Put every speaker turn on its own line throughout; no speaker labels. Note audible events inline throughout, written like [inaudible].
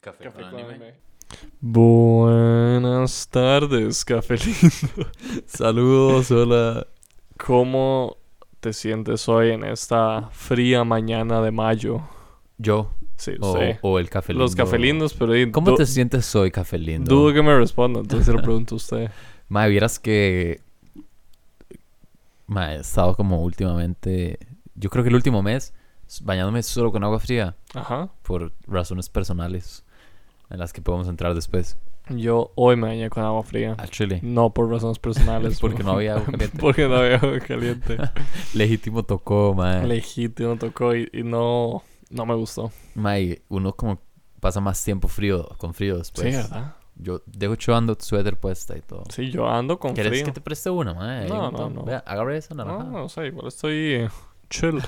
Café,
Café
Este, con,
con
anime.
anime.
Buenas tardes, café lindo.
Saludos, hola.
[laughs] ¿Cómo te sientes hoy en esta fría mañana de mayo?
Yo
Sí,
o,
sí.
o el café
Los
lindo.
cafelindos, pero ahí
¿Cómo
du-
te sientes hoy, café lindo?
dudo que me responda, entonces se lo pregunto a usted. [laughs]
Mae, vieras que. Mae, he estado como últimamente. Yo creo que el último mes s- bañándome solo con agua fría
Ajá.
por razones personales en las que podemos entrar después.
Yo hoy me bañé con agua fría.
Actually,
No por razones
[laughs]
personales.
Porque no
bro.
había
[laughs]
agua caliente.
Porque no había agua
[laughs]
caliente.
legítimo tocó, mae.
Legítimo tocó y, y no, no me gustó.
Mae, uno como pasa más tiempo frío con frío después.
sí, ¿verdad?
Yo dejo chivando suéter puesta y todo.
Sí, yo ando con
¿Quieres
frío.
que te preste una, mae?
No,
Hay un
no,
montón.
no.
Vea, agarra esa
No,
naranja.
no sé, igual estoy eh, chill.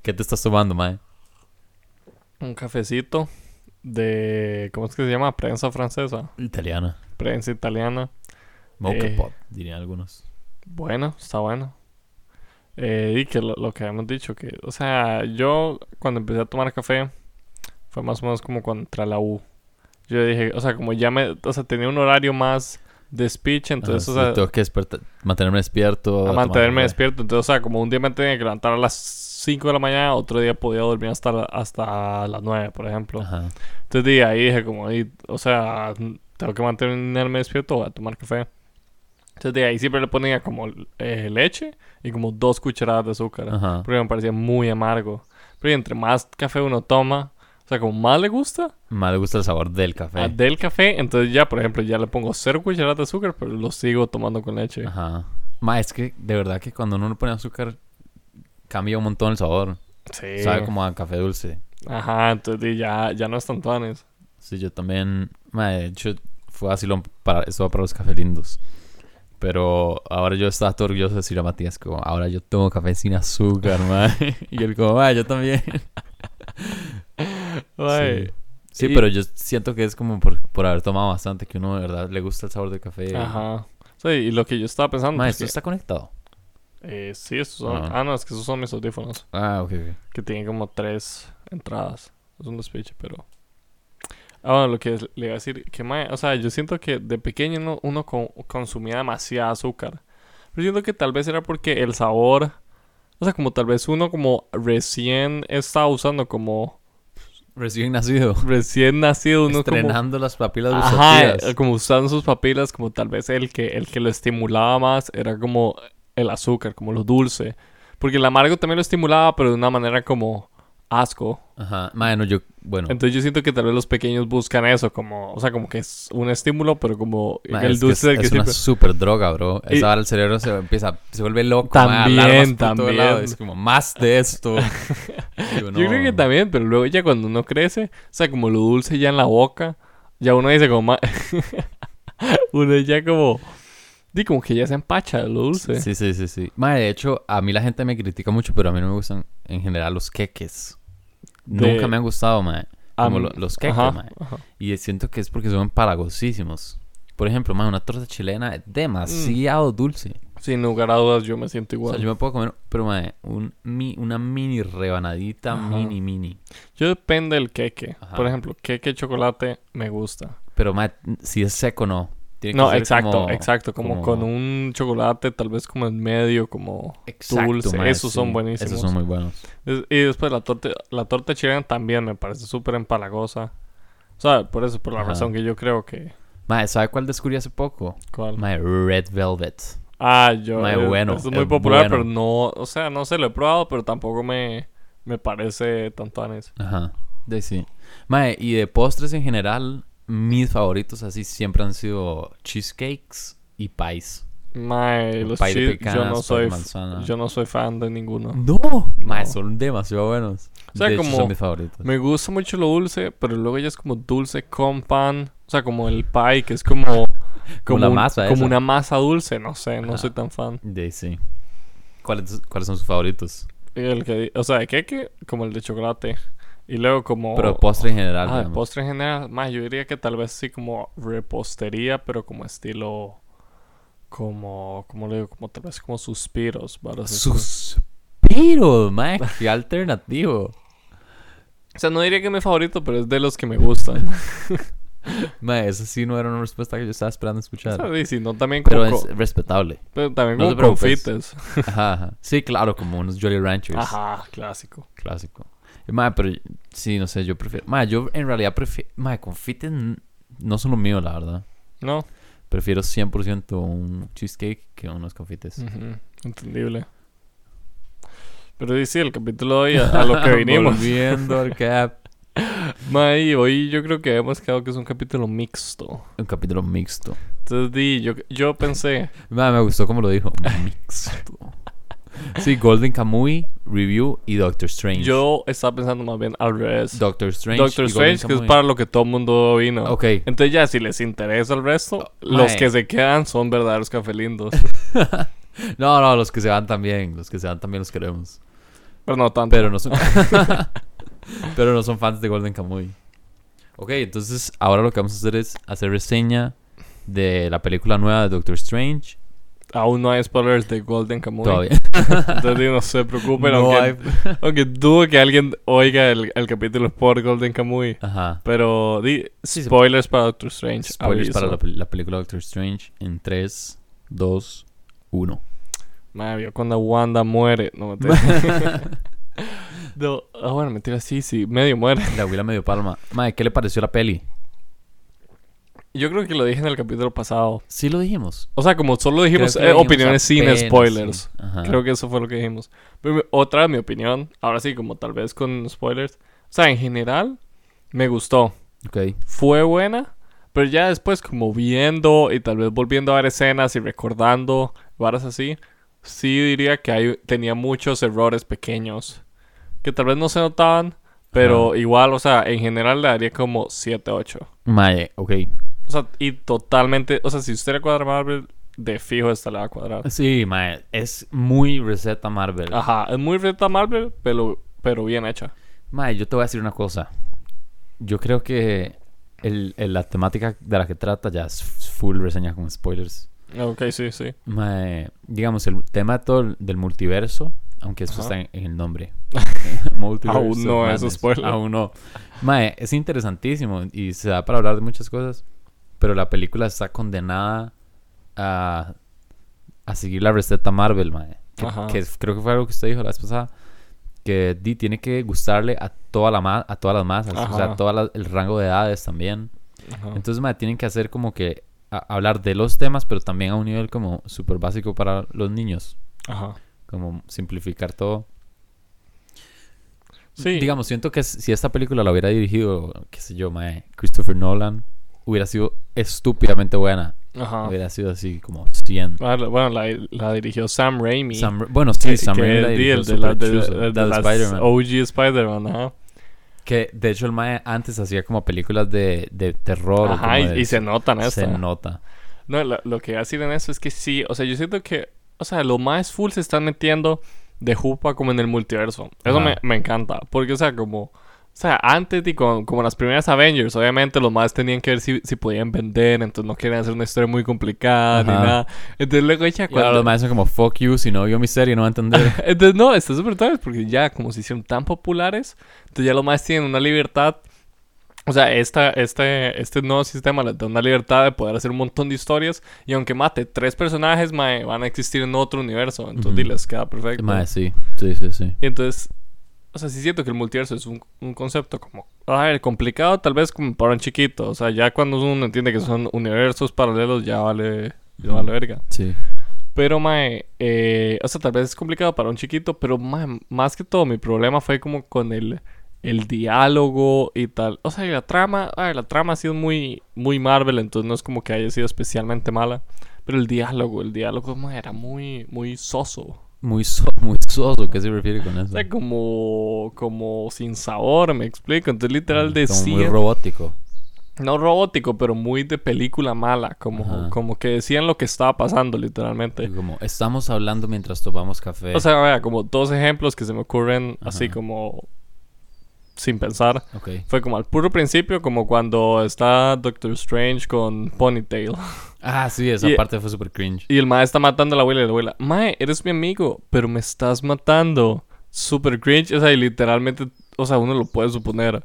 ¿Qué te estás tomando, mae?
Un cafecito de. ¿Cómo es que se llama? Prensa francesa.
Italiana.
Prensa italiana.
Mocha
Eh.
pot, dirían algunos.
Bueno, está bueno. Eh, y que lo, lo que habíamos dicho, que. O sea, yo cuando empecé a tomar café fue más o menos como contra la U. Yo dije, o sea, como ya me. O sea, tenía un horario más de speech,
Entonces,
entonces, o sea,
tengo que despertar- mantenerme despierto.
a
Ah, tomar
mantenerme
café.
despierto. Entonces, o sea, como un día me tenía que levantar a las 5 de la mañana, otro día podía dormir hasta, la- hasta las 9, por ejemplo.
Ajá.
Entonces de ahí dije como, y- o sea, tengo que mantenerme despierto, voy a tomar café. Entonces de ahí siempre le ponía como eh, leche y como dos cucharadas de azúcar.
Ajá.
Porque me parecía muy amargo. Pero y entre más café uno toma, o sea, como más le gusta
Más le gusta el sabor del
a-
café.
del café, entonces ya, por ejemplo, ya le pongo cero cucharadas de azúcar, pero lo sigo tomando con leche.
Ajá. Ma, es que de verdad que cuando uno le pone azúcar, cambia un montón el sabor.
Sí.
Sabe como a café dulce.
Ajá, entonces de ya, ya no es tan tuanes.
Sí, yo también. Ma, de hecho, fue así lo, para, eso va para los cafés lindos. Pero ahora yo estaba todo orgulloso de decir a Matías, como, ahora yo tomo café sin
[laughs]
azúcar, ma. y él, como, ma, yo también. [laughs]
Ay,
Sí,
Y-
pero yo siento que es como por, por haber tomado bastante, que uno de verdad le gusta el sabor del café.
Ajá. Sí, y lo que yo estaba pensando...
Ma,
pues,
esto está conectado.
que, eh, sí, estos son...
Ah.
Ah, no, es que esos son mis audífonos.
Ah, ok, ok.
que tiene como tres entradas. Es un despiche, pero. Ah, bueno, lo que es- le iba a decir, que mae, o sea, yo siento que de pequeño uno, uno con- consumía demasiada azúcar. Pero siento que tal vez era porque el sabor, o sea, como tal vez uno como recién estaba usando, como
Recién nacido.
recién nacido, uno como...
Estrenando las papilas
Ajá,
gustativas.
eh, como usando sus papilas, como tal vez el que, el que lo estimulaba más era como el azúcar, como lo dulce. Porque el amargo también lo estimulaba, pero de una manera como asco.
Ajá. Bueno, yo... Bueno.
Entonces yo siento que tal vez los pequeños buscan eso, como, o sea, como que es un estímulo, pero como
ma,
el
Ah, es que
dulce
es,
del que
es una
siempre...
super droga, bro.
Y-
Esa hora el cerebro se empieza... Se vuelve loco. ma, alarmas
También,
por todo lado.
también.
Es como, más de
[laughs]
esto. Digo,
Yo creo que
no.
también, pero luego ya cuando uno crece, o sea, como lo dulce ya en la boca, ya uno dice como, "Ma- [laughs] uno ya como, di como que ya se empacha de lo dulce.
Sí, sí, sí, sí. Ma, de hecho, a mí la gente me critica mucho, pero a mí no me gustan en general los queques.
De-
Nunca me han gustado, ma. Como
Am-
lo- los queques,
ajá,
ma.
ajá.
Y siento que es porque son empalagosísimos. Por ejemplo, ma, una torta chilena es
Mm.
demasiado dulce.
Sin lugar a dudas yo me siento
O
igual.
sea, yo me puedo comer, pero ma, un, mi- una mini rebanadita,
Ajá.
mini, mini.
Yo depende del queque.
Ajá.
Por ejemplo, queque de chocolate me gusta.
Pero ma, si es seco, no. Tiene que
No,
ser
exacto,
como-
exacto. Como, con un chocolate, tal vez como en medio, como
Exacto,
dulce.
ma,
Esos son
sí.
buenísimos.
Esos son muy buenos.
Es- Y después la torta, la torta chilena también me parece súper empalagosa. O sea, por eso, por la
Ajá.
razón que yo creo que...
Ma, ¿sabe cuál descubrí hace poco?
¿cuál?
Ma, Red Velvet.
Ah, yo...
Mae,
es,
bueno,
es muy
es
popular,
bueno.
pero no... O sea, no se lo he probado, pero tampoco me, me parece tanto anís.
Ajá, de sí. Mae, y de postres en general, mis favoritos así siempre han sido cheesecakes y pies.
Mae, eh, los
Pay de
cheese... Yo
pecanas,
no
pay
soy...
de
f-
manzana. Mm,
Yo no soy fan de ninguno.
¡No! Mae,
No.
son demasiado buenos.
O sea,
de hecho,
como-
son mis favoritos.
Me gusta mucho lo dulce, pero luego ya es como dulce con pan. O sea, como el pie, que es como...
la
un-
masa
Como
esa.
una masa dulce, no sé. No
Ajá.
soy tan fan.
De sí. ¿Cuáles, ¿Cuáles son sus favoritos?
El que, di- o sea, de queque, como el de chocolate. Y luego como...
Pero postre en general,
Oh. Ah, de
digamos.
postre en general. Más, yo diría que tal vez sí como repostería, pero como estilo... Como... ¿Cómo le digo? Como tal vez como suspiros. varas así.
Suspiros, mae, qué [laughs] alternativo.
O sea, no diría que es mi favorito, pero es de los que
[laughs]
me gustan.
Mae, esa sí no era una respuesta que yo estaba esperando escuchar.
Y si no, también
Pero
como,
es
co-
respetable.
pero también
no
como
te preocupes.
confites.
Ajá, ajá. Sí, claro, como unos Jolly Ranchers.
Ajá, clásico.
Clásico. Eh, Mae, pero sí, no sé, yo prefiero. Mae, yo en realidad prefiero. Mae, confites n- no son lo mío, la verdad.
No,
Prefiero 100% un cheesecake que unos confites.
ujú, entendible. Pero sí, sí, el capítulo de hoy, [laughs] a, a lo
[laughs]
que vinimos.
Volviendo al cap.
Mae, hoy yo creo que hemos quedado que es un capítulo mixto.
Un capítulo mixto.
Entonces, di, yo, yo pensé,
Mae, me gustó como lo dijo. Mixto. Sí, Golden Kamuy, Review y Doctor Strange.
yo estaba pensando más bien al revés.
Doctor Strange.
Doctor
y Golden
Strange, que es
Kamuy.
para lo que todo el mundo vino.
Ok. Oh,
Entonces ya, si les interesa el resto, los
mae.
que se quedan son verdaderos
[laughs]
cafelindos.
No, no, los que se van también. Los que se van también los queremos.
Pero no tanto.
Pero no [laughs] son. Pero no son fans de Golden Kamuy. Ok, entonces ahora lo que vamos a hacer es hacer reseña de la película nueva de Doctor Strange.
Aún no hay spoilers de Golden Kamuy.
Todavía. [laughs]
Entonces no se preocupen,
no
aunque,
hay.
aunque dudo que alguien oiga el, el capítulo por Golden Kamuy.
Ajá.
Pero di,
Sí, sí.
spoilers para Doctor Strange.
Spoilers
aviso.
para la, pel- la película Doctor Strange en 3, 2, 1.
Madre mía, cuando Wanda muere.
[laughs]
No, mentira. [laughs] no, ah, bueno, mentira, sí, sí, medio muere.
La abuela medio palma. Mae, ¿qué le pareció la peli?
Yo creo que lo dije en el capítulo pasado.
Sí lo dijimos.
O sea, como solo
Creo
dijimos
que
eh,
lo dijimos
opiniones sin
apenas,
spoilers.
sí. Ajá.
Creo que eso fue lo que dijimos. Pero mi- otra, mi opinión, ahora sí, como tal vez con spoilers. O sea, en general, me gustó.
Ok.
Fue buena, pero ya después, como viendo y tal vez volviendo a ver escenas y recordando, varas así, sí diría que hay, tenía muchos errores pequeños que tal vez no se notaban, pero igual, o sea, en general le daría como 7, 8.
Mae, ok.
O sea, y totalmente, o sea, si usted le cuadra Marvel, de fijo esta le va a cuadrar.
Sí, mae. Es muy receta Marvel.
Ajá, es muy reta Marvel, pero, pero bien hecha.
Mae, yo te voy a decir una cosa. Yo creo que el- el- la temática de la que trata ya es full reseña con spoilers.
Ok, sí, sí.
Mae, digamos, el tema de todo el- del multiverso, aunque eso
Ajá.
está en, en el
[laughs]
nombre. Multiverse
Aún
of
no, eso es
Madness.
spoiler.
Aún no. Mae, es interesantísimo y se da para hablar de muchas cosas, pero la película está condenada a, a seguir la receta Marvel, mae. Que,
Ajá.
que creo que fue algo que usted dijo la vez pasada, que di, tiene que gustarle a, toda la ma- a todas las masas, o sea,
Ajá. Ah.
a todo el rango de edades también.
Ajá.
Entonces, mae, tienen que hacer como que a- hablar de los temas, pero también a un nivel como súper básico para los niños.
Ajá.
Como simplificar todo.
Sí.
Digamos, siento que si esta película la hubiera dirigido, qué sé yo, mae, Christopher Nolan, hubiera sido estúpidamente buena.
Ajá.
Hubiera sido así como 100.
Ah, la- Bueno, la, la dirigió Sam Raimi.
Sam- bueno, sí,
que-
Sam
que
Raimi la
es
dirigió
el de, la, de,
superchusa,
de- de
la de
las
Spider-Man.
OG Spider-Man, ajá.
Que de hecho el mae antes hacía como películas de, de terror. o como
Ajá, y,
de-
y se notan esta.
se nota.
No, lo, lo que voy a decir en eso es que sí, o sea, yo siento que, o sea, lo más full se están metiendo de jupa como en el multiverso. Eso
Ajá.
me, me encanta, porque, o sea, como, o sea, antes y con- como las primeras Avengers, obviamente los más tenían que ver si, si podían vender, entonces no querían hacer una historia muy complicada ni
Ajá.
nada. Entonces luego ya
Y ahora
cuando...
los maes son como, fuck you, si no vio mi serie no va a
[laughs]
entender.
Entonces, no, está súper tarde porque ya como se hicieron tan populares, entonces ya los más tienen una libertad. O sea, esta, este, este nuevo sistema les da una libertad de poder hacer un montón de historias. Y aunque mate tres personajes, mae, van a existir en otro universo. Entonces,
Ujú.
di, les queda perfecto.
mae, sí, sí, sí, sí.
Y entonces, o sea, sí siento que el multiverso es un, un concepto como, a ver, complicado tal vez como para un chiquito. O sea, ya cuando uno entiende que son universos paralelos, ya vale, ya vale verga.
Sí.
Pero, mae, eh, o sea, tal vez es complicado para un chiquito, pero mae, más que todo mi problema fue como con el, el diálogo y tal. O sea, y la trama, ay, la trama ha sido muy, muy Marvel, entonces no es como que haya sido especialmente mala. Pero el diálogo, el diálogo, mae, era muy, muy soso.
Muy, so- muy soso, ¿qué se refiere con
O
eso?
sea, como, como sin sabor, me explico. Entonces, literal
Como
decía...
muy robótico.
no robótico, pero muy de película mala. Como,
Ajá.
como que decían lo que estaba pasando, literalmente.
Como, estamos hablando mientras tomamos café.
O sea, vea, como dos ejemplos que se me ocurren así
Ajá.
como sin pensar.
ok.
Fue como al puro principio, como cuando está Doctor Strange con Ponytail.
Ah, sí, esa
Y-
parte fue súper cringe.
Y el mae está matando a la abuela y la abuela. Mae, eres mi amigo, pero me estás matando. Super cringe. O sea, y literalmente, o sea, uno lo puede suponer.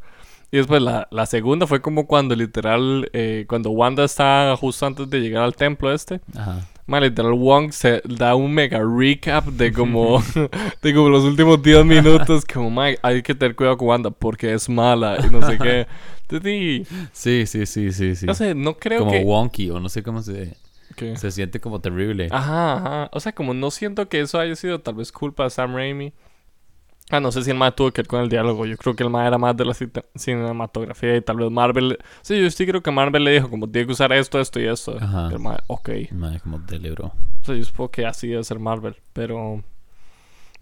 Y después la, la segunda fue como cuando literal, eh, cuando Wanda está justo antes de llegar al templo este,
Ajá.
Man, literal, Wong se da un mega recap de como, [laughs] de como los últimos 10 minutos. Como, Mike, hay que tener cuidado con Wanda porque es mala y no
[laughs]
sé qué. Entonces, y,
Sí, sí, sí, sí, sí.
no sé, no creo
como
que...
wonky o no sé cómo se...
que-
Se siente como terrible.
Ajá, ajá. O sea, como no siento que eso haya sido tal vez culpa de Sam Raimi. Ah, no sé si el más tuvo que ver con el diálogo. Yo creo que el más era más de la cita- cinematografía y tal vez Marvel... Sí, yo sí creo que Marvel le dijo como, tiene que usar esto, esto y esto.
Ajá.
El mae, ok.
Madre, como dele, bro.
O sea, yo supongo que así debe ser Marvel, pero...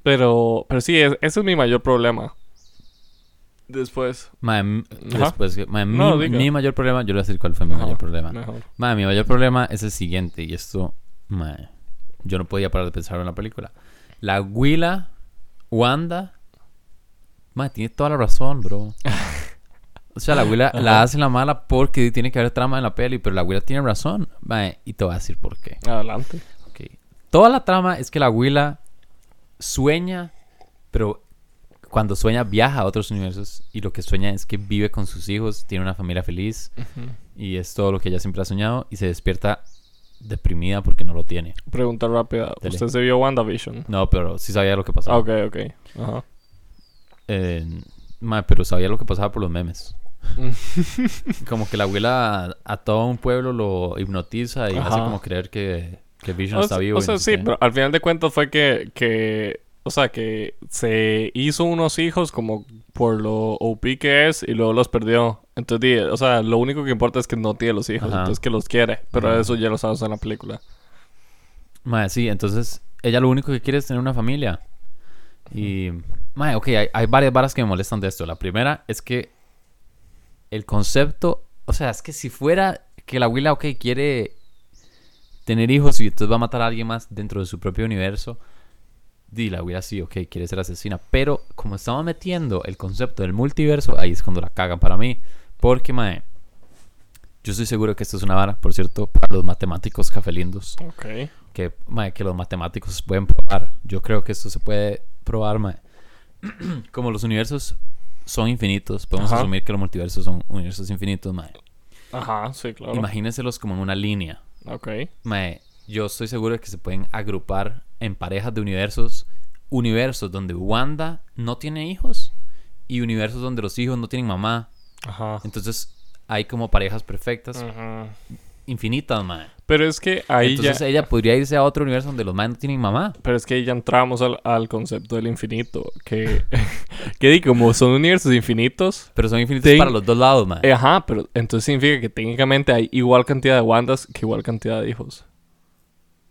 Pero... Pero sí, es- ese es mi mayor problema. Después...
Madre, m-
Ajá.
después, que- madre,
No,
mi,
diga.
mi mayor problema, yo le voy a decir cuál fue mi
Ajá,
mayor problema.
Mejor.
Madre, mi mayor problema es el siguiente, y esto, madre, yo no podía parar de pensar en la película. La Willa, Wanda, madre, tiene toda la razón, bro. O sea, la Willa la hace la mala porque tiene que haber trama en la peli, pero la Willa tiene razón, madre, y te voy a decir por qué.
Adelante.
Ok. Toda la trama es que la Willa sueña, pero cuando sueña viaja a otros universos y lo que sueña es que vive con sus hijos, tiene una familia feliz y es todo lo que ella siempre ha soñado y se despierta deprimida porque no lo tiene.
Pregunta rápida.
Dale.
¿Usted se vio WandaVision?
No, pero sí sabía lo que
Ah,
pasaba.
ok, ok. Ajá.
Eh, ma, pero sabía lo que pasaba por los memes. [laughs]
Mm. [laughs]
como que la abuela a todo un pueblo lo hipnotiza y hace
Ajá.
como creer que, que Vision
O
está
sea-
vivo.
O
y
sea,
no sé
sí,
qué.
pero al final de cuentas fue que, que... O sea, que se hizo unos hijos como por lo OP que es y luego los perdió. Entonces, di- o sea, lo único que importa es que no tiene los hijos,
Ajá.
entonces que los quiere. Pero
Ajá.
eso ya lo sabes en la película.
Mae, sí, entonces ella lo único que quiere es tener una familia. Y, mae, ok, hay, hay varias varas que me molestan de esto. La primera es que el concepto, o sea, es que si fuera que la abuela, ok, quiere tener hijos y entonces va a matar a alguien más dentro de su propio universo, di, la abuela sí, ok, quiere ser asesina. Pero como estamos metiendo el concepto del multiverso, ahí es cuando la cagan para mí. Porque, mae, yo estoy seguro que esto es una vara, por cierto, para los matemáticos cafelindos
Ok.
que, mae, que los matemáticos pueden probar. Yo creo que esto se puede probar, mae. [clears throat] Como los universos son infinitos, podemos
Ajá.
asumir que los multiversos son universos infinitos, mae.
Ajá, sí, claro.
Imagínenselos como en una línea.
Ok.
Mae, yo estoy seguro de que se pueden agrupar en parejas de universos, universos donde Wanda no tiene hijos y universos donde los hijos no tienen mamá.
Ajá.
Entonces, hay como parejas perfectas,
Ujú.
infinitas, mae.
Pero es que Mm. ahí
Entonces, eh,
ya...
ella podría irse a otro universo donde los más no tienen mamá.
Pero es que ahí ya entramos al, al concepto del infinito. Que... [laughs] que di, como son universos infinitos...
Pero son infinitos
Ten-
para los dos lados, mae.
eh, Ajá, pero entonces significa que técnicamente hay igual cantidad de Wandas que igual cantidad de hijos.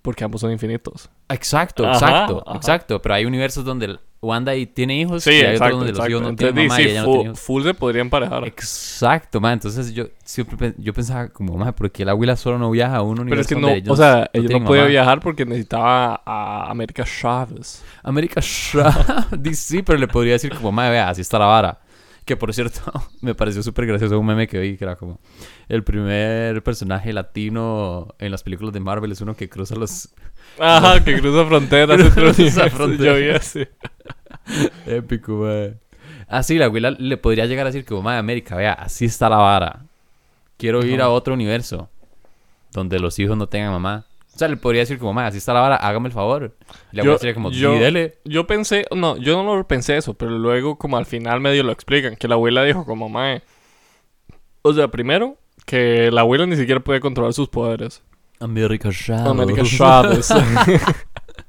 Porque ambos son infinitos.
Exacto,
Ajá,
exacto,
ajá.
exacto. Pero hay universos donde Wanda y tiene hijos y hay otros donde los hijos no
Entonces,
tienen
di,
mamá
sí,
y ella no
fu-
tiene hijos.
full se podría emparejar.
Exacto, man. Entonces yo siempre pe- yo pensaba como, man, ¿por qué la abuela solo no viaja a un
pero
universo
es que no...
donde ellos
O sea, ella no
tienen
podía
mamá?
viajar porque necesitaba a América
[laughs]
Chávez.
América Shra- [laughs] di- sí, pero le podría decir como, madre, vea, así está la vara. Que por cierto, [laughs] me pareció súper gracioso un meme que vi que era como el primer personaje latino en las películas de Marvel es uno que cruza los
Ajá, que cruza fronteras. entre
Cruza
universos. [laughs] Yo vi
fronteras.
así.
épico, madre. Ah, sí, la abuela le podría llegar a decir como, madre, América, vea, así está la vara. Quiero ir a otro universo donde los hijos no tengan mamá. O sea, le podría decir como, madre, así está la vara, hágame el favor. Y la
Yo-
abuela sería como,
yo-
"Sí, dele".
Yo pensé, no, yo no lo pensé eso, pero luego como al final medio lo explican, que la abuela dijo como mae. O sea, primero, que la abuela ni siquiera puede controlar sus poderes.
América Chávez. [laughs]
América Chávez.
Madre,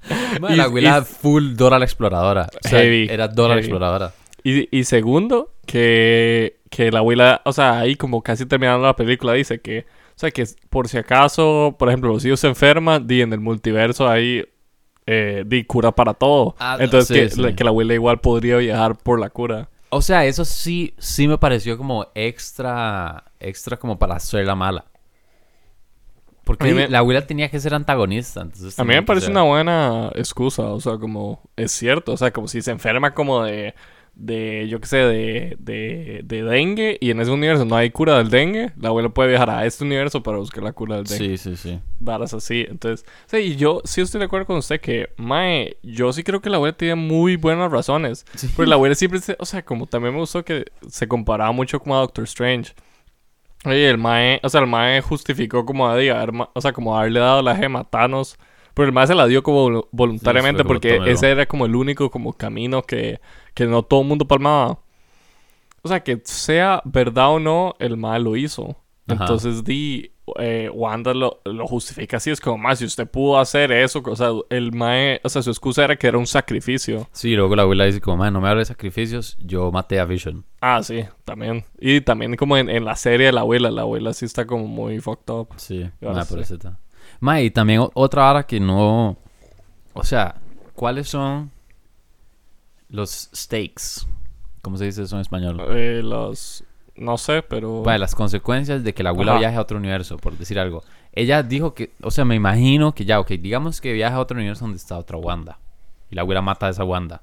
Ah, la
[laughs] Y-
abuela
y-
full Dora la exploradora. O sea,
Heavy,
era Dora la
heavy.
exploradora.
y, y segundo, que, que la abuela, o sea, ahí como casi terminando la película dice que, o sea, que por si acaso, por ejemplo, los hijos se enferman, di en el multiverso ahí... Eh, di cura para todo.
Ah,
Entonces,
sí,
que,
sí.
la- que la abuela igual podría viajar por la cura.
O sea, eso sí, sí me pareció como extra, extra como para hacer la mala.
A
Porque
mí me-
la abuela tenía que ser antagonista. Entonces
A mí
tenía
me
que
parece
ser-
una buena excusa, o sea, como es cierto, o sea, como si se enferma como de, de, yo qué sé, de, de, de dengue y en ese universo no hay cura del dengue, la abuela puede viajar a este universo para buscar la cura del dengue.
Sí, sí, sí.
Varas así. Entonces, sí, y yo sí estoy de acuerdo con usted que, mae, yo sí creo que la abuela tiene muy buenas razones.
Sí.
Pero la abuela siempre, se- o sea, como también me gustó que se comparaba mucho como a Doctor Strange. Oye, el mae, o sea, el mae justificó como a diga, herma- o sea, como haberle dado la gema a Thanos. Pero el mae se la dio como vol- voluntariamente
como
porque
tómelo.
ese era como el único como camino que, que no todo el mundo palmaba. O sea, que sea verdad o no, el mae lo hizo.
Ajá.
Entonces, di, eh, Wanda lo, lo justifica así. Es como, más si usted pudo hacer eso, o sea, el mae, o sea, su excusa era que era un sacrificio.
Sí, y luego la abuela dice como, man, no me hable de sacrificios, yo maté a Vision.
Ah, sí, también. Y también como en, en la serie de la abuela, la abuela sí está como muy fucked up.
Sí,
Y ahora
ma,
sí.
pero ese ta- Ma, y también o- otra vara que no... O sea, ¿cuáles son los stakes? ¿Cómo se dice eso en español?
Eh, los... No sé, pero...
Vale, las consecuencias de que la abuela
Ajá.
viaje a otro universo, por decir algo. Ella dijo que, o sea, me imagino que ya, ok, digamos que viaja a otro universo donde está otra Wanda. Y la abuela mata a esa Wanda.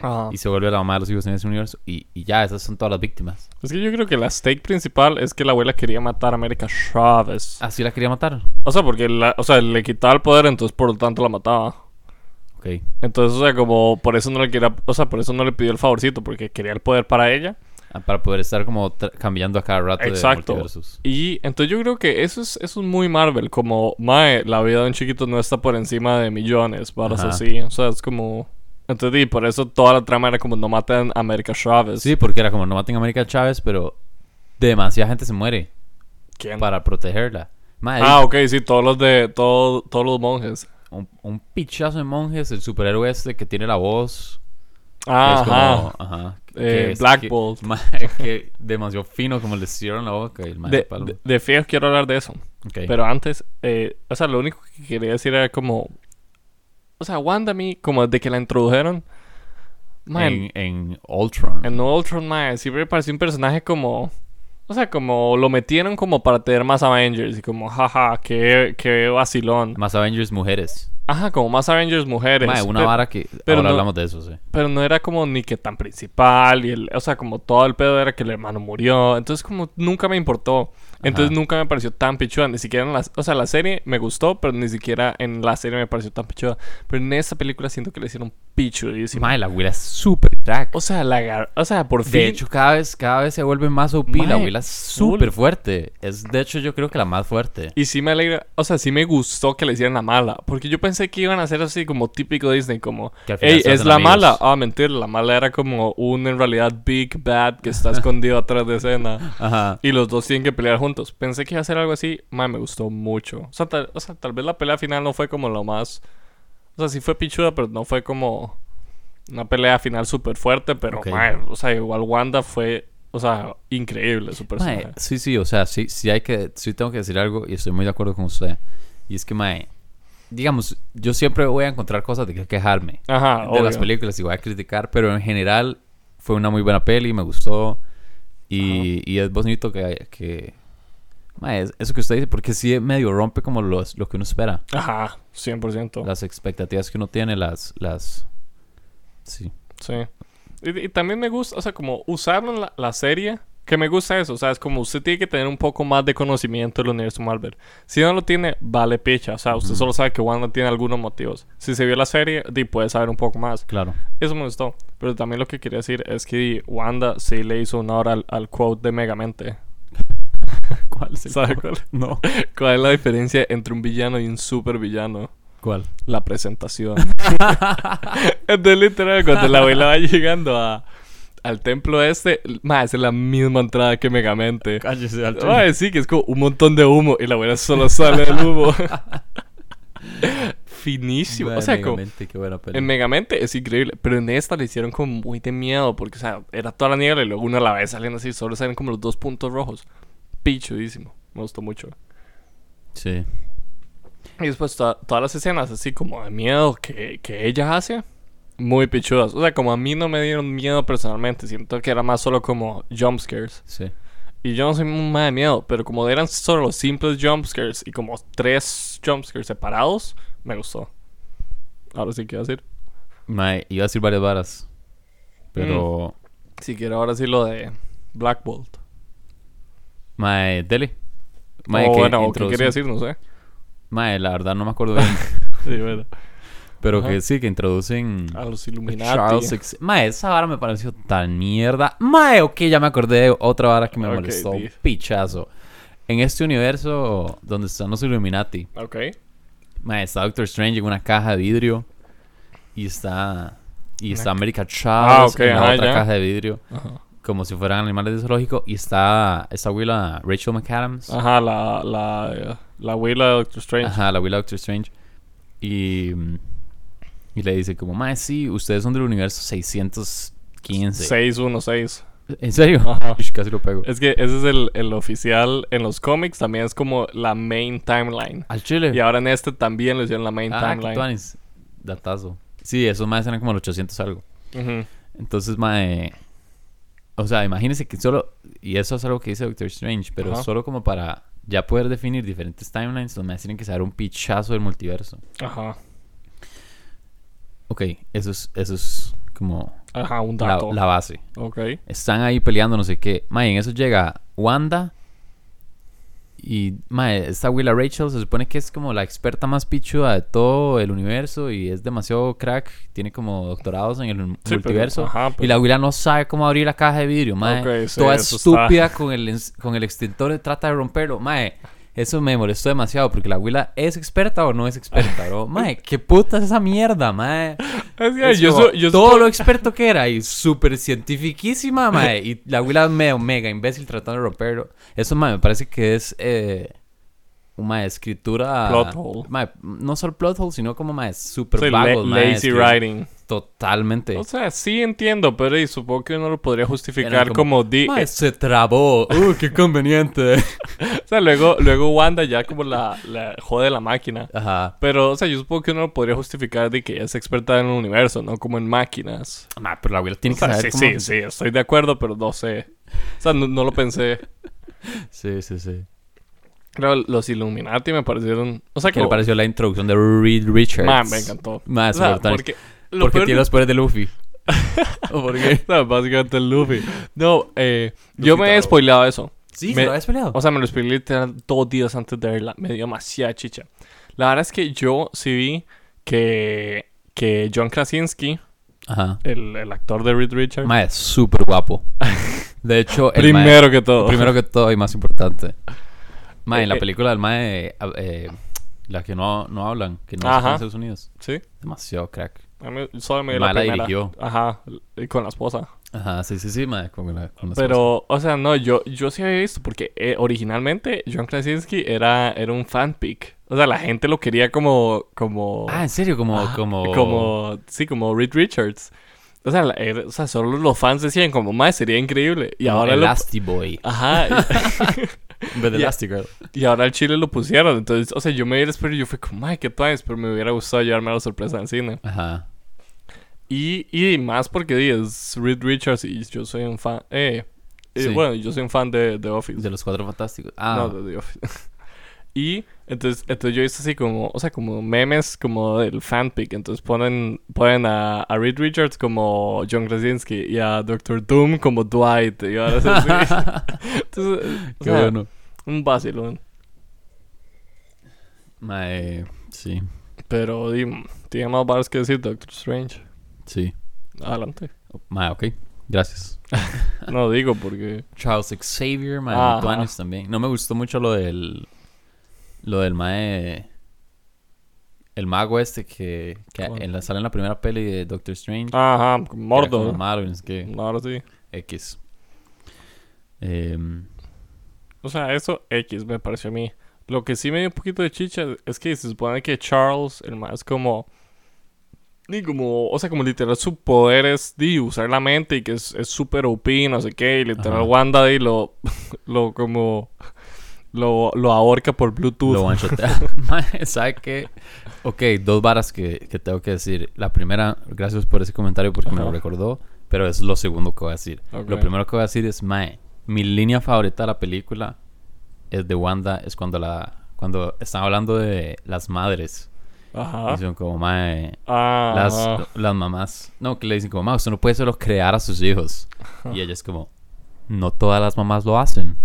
Ajá.
Y se vuelve la mamá de los hijos en ese universo. Y, y ya, esas son todas las víctimas.
Es que yo creo que la stake principal es que la abuela quería matar a América Chávez.
Así la quería matar.
O sea, porque la- o sea, le quitaba el poder, entonces por lo tanto la mataba.
Ok.
Entonces, o sea, como por eso no le quería, o sea, por eso no le pidió el favorcito, porque quería el poder para ella.
Ah, Para poder estar como tra- cambiando a cada rato
Exacto.
de multiversos.
Y entonces yo creo que eso es, eso es muy Marvel, como, mae, la vida de un chiquito no está por encima de millones, para
Ajá.
así. O sea, es como... Entonces, y por eso toda la trama era como no maten a América Chávez.
Sí, porque era como no maten a América Chávez, pero demasiada gente se muere
¿Quién?
para protegerla. Madre,
Ah, ok, sí, todos los de... Todo, todos los monjes.
un, un pichazo de monjes, el superhéroe este que tiene la voz. que
Ah,
es
ajá.
como- ajá, que-
Eh,
que es-
Black
que-
Bolt.
ma- [laughs] que demasiado fino como le cierran la boca y el madre
De,
palo.
de, de Fear quiero hablar de eso.
Ok.
Pero antes, eh, o sea, lo único que quería decir era como... O sea, Wanda a mí, como desde que la introdujeron... Man,
en, en Ultron.
En Ultron, mae, siempre me pareció un personaje como... O sea, como lo metieron como para tener más Avengers. Y como, jaja, qué, qué vacilón.
Más Avengers mujeres.
Ajá, como más Avengers mujeres.
Madre, una
pe-
vara que.
pero
ahora
no-
hablamos de eso, sí.
Pero no era como ni que tan principal. Y el, o sea, como todo el pedo era que el hermano murió. Entonces, como nunca me importó. Entonces,
Ajá.
nunca me pareció tan pichuda. Ni siquiera en la... O sea, la serie me gustó, pero ni siquiera en la serie me pareció tan pichuda. Pero en esa película siento que le hicieron pichudísimo.
Madre, la abuela es súper crack.
O sea, la... gar- O sea, por fin...
De hecho, cada vez, cada vez se vuelve más OP.
Mae,
la abuela es súper fuerte. Es, de hecho, yo creo que la más fuerte.
Y sí me alegra, o sea, sí me gustó que le hicieran la mala, porque yo pensé que iban a hacer así como típico Disney, como,
Que al final
hey,
se
es
hacen
la
amigos".
mala. Ah, mentira, la mala era como un en realidad Big Bad que
[laughs]
está escondido atrás de escena.
Ajá.
Y los dos tienen que pelear juntos. Pensé que iba a ser algo así, man, me gustó mucho. O sea, tal, o sea, tal vez la pelea final no fue como lo más... O sea, sí fue pichuda, pero no fue como una pelea final súper fuerte, pero,
Ok.
man, o sea, igual Wanda fue, o sea, increíble su
Mae,
personaje.
sí, sí, o sea, sí, sí hay que, sí tengo que decir algo y estoy muy de acuerdo con usted. Y es que, mae, digamos, yo siempre voy a encontrar cosas de que quejarme
Ajá,
de
Ah, obvio.
las películas y voy a criticar, pero en general fue una muy buena peli, me gustó. Y, y es bonito que, que mae, es- eso que usted dice, porque sí medio rompe como los, lo que uno espera.
Ajá, 100%.
las expectativas que uno tiene, las, las, sí.
Sí. Y, y también me gusta, o sea, como usaron la, la serie, que me gusta eso, o sea, es como usted tiene que tener un poco más de conocimiento del universo Marvel. Si no lo tiene, vale picha, o sea, usted solo sabe que Wanda tiene algunos motivos. Si se vio la serie, di, puede saber un poco más.
Claro.
Eso me gustó. Pero también lo que quería decir es que di, Wanda sí le hizo una hora al, al quote de Megamente.
[laughs] ¿Cuál es
¿Sabe cuál?
No.
[laughs] ¿Cuál es la diferencia entre un villano y un supervillano?
¿Cuál?
la presentación. [laughs] Entonces, literal, cuando la abuela va llegando a- al templo este, más es la misma entrada que Megamente.
Cállese al
Mae, sí, que es como un montón de humo y la abuela solo sale del humo. [laughs] Finísimo. o sea, como,
qué buena peli.
en Megamente es increíble, pero en esta le hicieron como muy de miedo porque, o sea, era toda la niebla y luego una a la vez salen así, solo salen como los dos puntos rojos. Pichudísimo. Me gustó mucho.
Sí.
Y después to- todas las escenas así como de miedo que, que ella hace, muy pichudas. O sea, como a mí no me dieron miedo personalmente, siento que era más solo como jump scares.
Sí.
Y yo no soy un más de miedo, pero como eran solo simples jump scares y como tres jump scares separados, me gustó. Ahora sí quiero decir.
Mae, iba a decir varias varas. Pero,
Mm. Si quiero ahora sí lo de Black Bolt.
mae, dele.
o
que
Oh, bueno, o ¿qué
introduce-
quería decir?
[laughs]
No sé.
Mae, la verdad no me acuerdo
[laughs]
bien.
Sí, bueno.
pero
Ajá.
que sí, que introducen.
A los
Charles
Illuminati.
X- Mae, esa vara me pareció tan mierda. Mae, ok, ya me acordé de otra vara que me
Ok,
molestó.
di.
Pichazo. En este universo donde están los Illuminati,
Ok.
mae, está Doctor Strange en una caja de vidrio. Y está. Y
Una
está America Chavez
Ah, ok,
en la
ajá,
otra
ya.
caja de vidrio.
Ajá.
Como si fueran animales de zoológico. Y está esta abuela Rachel McAdams.
Ajá, la, la, eh, la abuela de Doctor Ah, Strange.
Ajá, la abuela Doctor Strange. Y. mm, Y le dice, como, mae, sí, ustedes son del universo 615.
616.
¿En serio?
Ajá.
Ush, Casi lo pego.
Es que ese es el, el oficial en los cómics. También es como la main timeline.
Al chile.
Y ahora en este también le hicieron la main
ah, qué
timeline.
tuanis. Datazo. Sí, esos más eran como los 800 algo.
Ujú.
Entonces, mae. O sea, imagínense que solo. Y eso es algo que dice Doctor Strange, pero
Ajá.
solo como para ya poder definir diferentes timelines, los más tienen que saber un pichazo del multiverso.
Ajá.
Ok, eso es, eso es como
Ajá, un
la,
dato.
la base.
Ok.
Están ahí peleando, no sé qué. Mae, en eso llega Wanda. Y, mae, esta Willa Rachel se supone que es como la experta más pichuda de todo el universo y es demasiado crack. Tiene como doctorados en el
Sí, pero-
multiverso.
ajá, pues. pero-
Y la Willa no sabe cómo abrir la caja de vidrio, mae.
Ok, sí,
Toda
eso
estúpida con el, ens- con el extintor trata de romperlo, mae. Eso me molestó demasiado porque la Willa es experta o no es experta,
[laughs]
bro. Mae, qué puta es esa mierda, mae.
Es que
Es
yo,
como
so- yo
todo
supo-
lo experto que era y súper
[laughs]
cientifiquísima, mae. Y la abuela medio mega imbécil tratando de romperlo. Eso, mae, me parece que es eh, una escritura.
Plot hole.
Mae, no solo plot hole, sino como, mae, súper
Sí, la-
vago, mae,
lazy
escribe
writing.
Totalmente.
O sea, sí entiendo, pero y supongo que uno lo podría
Era
justificar
como,
como, di-
Mae, se trabó. Uh, qué conveniente.
O sea, luego, luego Wanda ya como la, la jode la máquina.
[laughs] Ajá.
Pero, o sea, yo supongo que uno lo podría justificar de que ella es experta en el universo, no como en máquinas.
Mae, pero la abuela tiene
O
que
sea, sí,
saber cómo-
sí, sí, estoy de acuerdo, pero no sé. O sea, no, no lo pensé.
sí, sí, sí.
Claro, los Illuminati me parecieron... O sea,
¿Qué le
como...
pareció la introducción de Reed Richards?
Man, me encantó.
Mae,
O
súper
sea,
tonis.
porque... lo
Porque
peor
tiene los poderes de Luffy. ¿O por [laughs] qué?
[laughs] O sea, básicamente el Luffy. No, eh, yo me he
Taro.
spoileado eso.
Sí,
Me-
¿se lo habías peleado?
O sea, me lo spoileé literal dos días antes de verla. Me dio demasiada chicha. La verdad es que yo sí vi que, que John Krasinski,
Ajá.
el, el actor de Reed Richards,
Mae, es súper guapo. De hecho, el mae-
primero que todo. [laughs]
primero que todo y más importante. Mae, en
Eh,
la
eh.
película del Mae, eh, eh, la que no, no hablan, que no
Ajá.
está en Estados Unidos.
Sí,
Demasiado crack.
a mí solo me dio la
Mae la
primera.
dirigió.
Ajá, y con la esposa.
Ajá, sí, sí, sí, Mae. con la- con las
Pero, o sea, no, yo, yo sí había visto porque eh, originalmente John Krasinski era, era un fanpic. O sea, la gente lo quería como... como...
cosas. Ah, en serio, como.
Ajá,
como...
sí, como Reed Richards. O sea, la- era- o sea, solo los fans decían como, más sería increíble. Y
como
ahora lo...
Elastiboy.
Ajá,
En vez de
Ya.
Elastigirl.
[laughs] y, y ahora el chile lo pusieron. Entonces, o sea, yo me hubiera esperado, yo fui como, madre, qué tuanis, pero me hubiera gustado llevarme la sorpresa al cine.
Ajá.
Y, y más porque di, es Reed Richards y yo soy un fan... Eh, eh,
Sí.
Bueno, yo soy un fan de The Office.
De los cuatro fantásticos. Ah,
No, de The Office. [laughs] Y entonces, entonces yo hice así como, o sea, como memes como del fanpic. Entonces ponen, ponen a, a Reed Richards como John Krasinski y a Doctor Doom como Dwight. Y ahora es así.
[laughs]
Entonces, o
qué
sea,
bueno.
un vacilón.
Mae, sí,
Pero di- tiene más varios que decir Doctor Strange.
sí.
Adelante.
Mae, ok. Gracias.
No digo porque...
Charles Xavier, mae,
Ajá.
Tuanis también. No me gustó mucho lo del. Lo del mae. El mago este que, que
¿Cuál?
en la, sale en la primera peli de Doctor Strange. que
Ajá,
era como
Mordo.
Marvin, es que.
Ahora sí.
X. Em,
O sea, eso X me pareció a mí. Lo que sí me dio un poquito de chicha es que se supone que Charles, el más como. Ni como. O sea, como literal su poder es de usar la mente y que es es súper OP, no sé qué. Y literal
Ajá.
Wanda y lo. [laughs] Lo como. Lo, lo ahorca por Bluetooth.
lo one [laughs] ¿Sabes qué? Ok, dos varas que, que tengo que decir. La primera, gracias por ese comentario porque me lo
Ajá.
recordó. Pero es lo segundo que voy a decir.
Ok.
Lo primero que voy a decir es, mae, mi línea favorita de la película es de Wanda, es cuando la cuando están hablando de las madres
Ajá.
Y son como, mae,
Ah,
las,
ajá.
las mamás, no, que le dicen como, mae, usted no puede solo crear a sus
[laughs]
hijos. Y ella es como, no todas las mamás lo
[laughs]
hacen.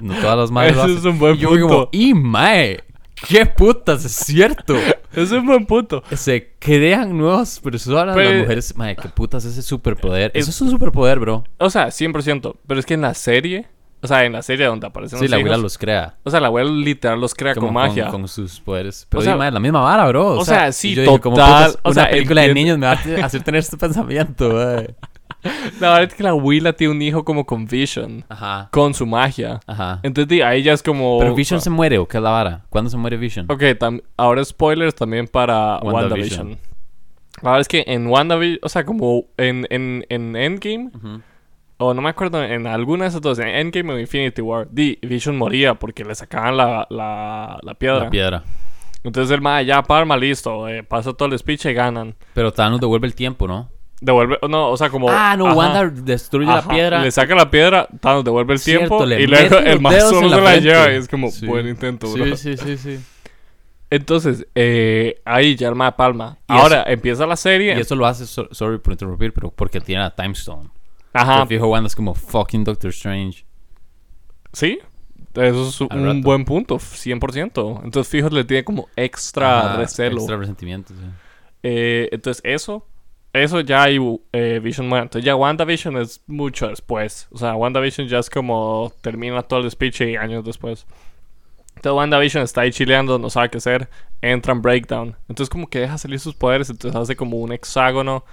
No todas las madres lo
Ese
hacen.
es un buen
y yo
punto.
como, y mae, qué putas, es cierto.
Ese es un buen punto.
Se crean nuevas personas,
Pero-
las mujeres, mae, qué putas ese superpoder.
Pues, Es-
Eso es un superpoder, bro.
O sea, 100%. Pero es que en la serie, o sea, en la serie donde aparecen
Sí,
los
la abuela
hijos,
los crea.
O sea, la abuela literal los crea
como
con magia.
Con, sus poderes. Pero
O
o
sea-
la misma vara, bro.
o sea, sí,
y yo dije, ¿cómo
total,
putas
o
una
sea,
película de
entiendo.
niños me va a hacer tener este [laughs] pensamiento, mae?
La verdad es que la abuela tiene un hijo como con Vision.
Ajá.
Con su magia.
Ajá.
Entonces, di, ahí ya es como...
Pero Vision se muere, ¿o qué es la vara? ¿Cuándo se muere Vision?
Ok, tam- ahora spoilers también para WandaVision.
WandaVision.
La verdad es que en WandaVision, o sea, como en, en, en Endgame,
Ujú.
o no me acuerdo, en alguna de esas dos, en Endgame o Infinity War, di, Vision moría porque le sacaban la, la, la piedra.
La piedra.
Entonces el ma ya Parma, listo, eh, pasa todo el speech y ganan.
Pero Thanos devuelve el tiempo, ¿no?
Devuelve, no, o sea, como...
ah, no,
Oh, ajá.
Wanda destruye
Ajá,
la piedra.
Le saca la piedra, Thanos devuelve el
Cierto,
tiempo
le
y luego
mete
el
los
mazo
dedos
se
en la
la,
frente.
lleva y es como,
Sí.
buen intento, bro.
Sí, sí, sí, sí.
Entonces, eh, ahí ya arma de palma.
Y
Ahora empieza la serie.
Y eso lo hace, so- sorry por interrumpir, pero porque tiene la Time Stone.
Ajá.
Te fijo, Wanda es como fucking Doctor Strange.
Sí. Eso es un
Al rato.
buen punto, 100%. Entonces, fijo, le tiene como extra
Ajá,
recelo.
Extra resentimiento, sí.
Eh, entonces, eso. Eso ya hay eh, Vision muere. Entonces, ya WandaVision es mucho después. O sea, WandaVision ya es como termina todo el speech y años después. Entonces, WandaVision está ahí chileando, no sabe qué hacer. Entra en Breakdown. Entonces, como que deja salir sus poderes. Entonces, hace como un hexágono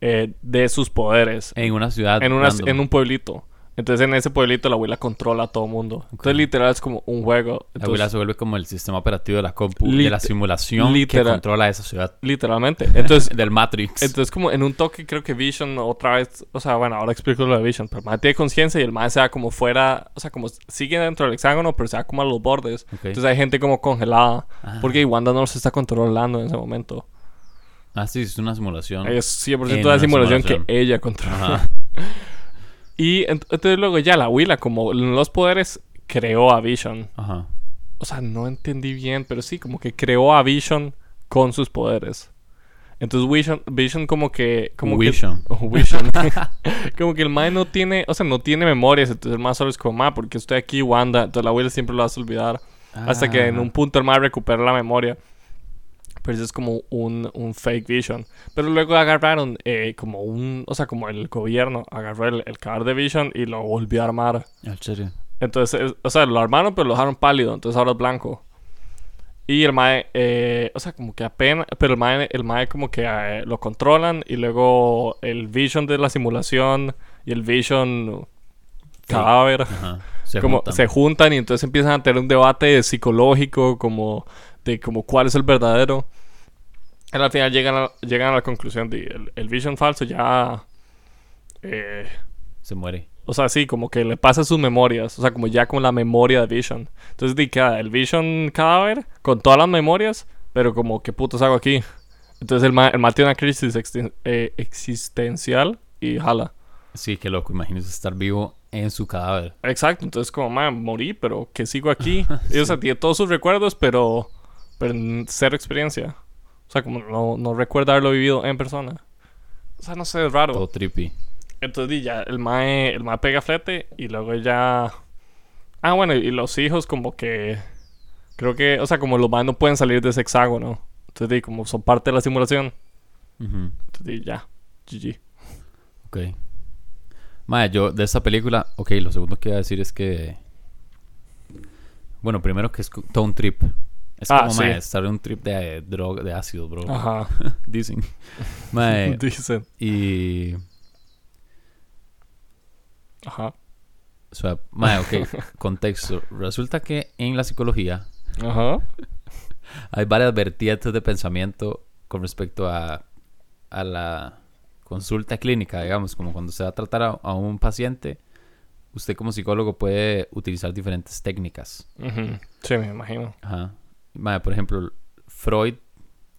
eh, de sus poderes.
En una ciudad.
en, una-
random.
en un pueblito. Entonces en ese pueblito la abuela controla a todo mundo. Entonces literal es como un juego.
La abuela
Entonces,
se vuelve como el sistema operativo de la compu,
Lit-
de la simulación
literal.
que controla esa ciudad. [laughs]
literalmente. Entonces,
Del Matrix.
entonces como en un toque creo que Vision otra vez, o sea, bueno, ahora explico lo de Vision, pero el man tiene conciencia y el man se va como fuera, o sea, como sigue dentro del hexágono, pero se va como a los bordes.
Ok.
Entonces hay gente como congelada,
Ah.
porque Wanda no los está controlando en ese momento.
ah, sí, es una simulación.
Es 100%
En
la
una
simulación,
simulación.
que ella controla.
Ajá.
Y ent- entonces luego ya la abuela, como los poderes, creó a Vision.
Ajá.
O sea, no entendí bien, pero sí, como que creó a Vision con sus poderes. Entonces Vision, Vision como que... Como
Vision.
Que, [laughs] Oh, Vision. como que el Mae no tiene... O sea, no tiene memorias. Entonces el Mae solo es como, Ma, porque estoy aquí, Wanda. Entonces la abuela siempre lo hace olvidar. Hasta que
Ah,
en un punto el Mae recupera la memoria. Pero eso es como un, un fake Vision. Pero luego agarraron eh, como un... O sea, como el gobierno agarró el, el cadáver de Vision y lo volvió a armar.
Ah, en serio.
Entonces, es- o sea, lo armaron, pero lo dejaron pálido. Entonces ahora es blanco. Y el mae, eh, o sea, como que apenas. Pero el mae, el mae como que eh, lo controlan. Y luego el vision de la simulación y el vision cadáver.
Ajá. Se
como
juntan.
se juntan y entonces empiezan a tener un debate psicológico, como de como cuál es el verdadero. Y al final llegan a, llegan a la conclusión de el, el vision falso ya. Eh,
Se muere.
o sea, sí, como que le pasa sus memorias. O sea, como ya con la memoria de Vision. Entonces, di queda el Vision cadáver con todas las memorias, pero como, ¿qué putos hago aquí? Entonces, el mal tiene una crisis existen- eh, existencial y jala.
Sí, qué loco. Imagínese estar vivo en su cadáver.
Exacto, entonces, como, man, morí, pero ¿qué sigo aquí? Y, o sea, tiene todos sus recuerdos, pero, pero n- cero experiencia. O sea, como no, no recuerda haberlo vivido en persona. O sea, no sé, es raro.
Todo trippy.
Entonces y ya el mae, el mae pega flete y luego ya... Ah, bueno, y los hijos como que... Creo que, o sea, como los maes no pueden salir de ese hexágono. Entonces, y como son parte de la simulación.
Ujú.
Entonces, y ya. GG.
Ok. Mae, yo de esta película, ok, lo segundo que iba a decir es que. Bueno, primero que es co- todo un trip. Es
Ah,
como,
sí. Ah.
mae, estar en un trip de droga, de ácido, bro.
Ajá.
[laughs] Dicen. Mae,
[laughs] Dicen.
y.
Ajá.
O sea, mae,
[laughs]
ok, contexto. Resulta que en la psicología
Ajá.
hay varias vertientes de pensamiento con respecto a, a la consulta clínica, digamos, como cuando se va a tratar a, a un paciente, usted como psicólogo puede utilizar diferentes técnicas.
Ujú. Sí, me imagino.
Ajá. Mae, por ejemplo, Freud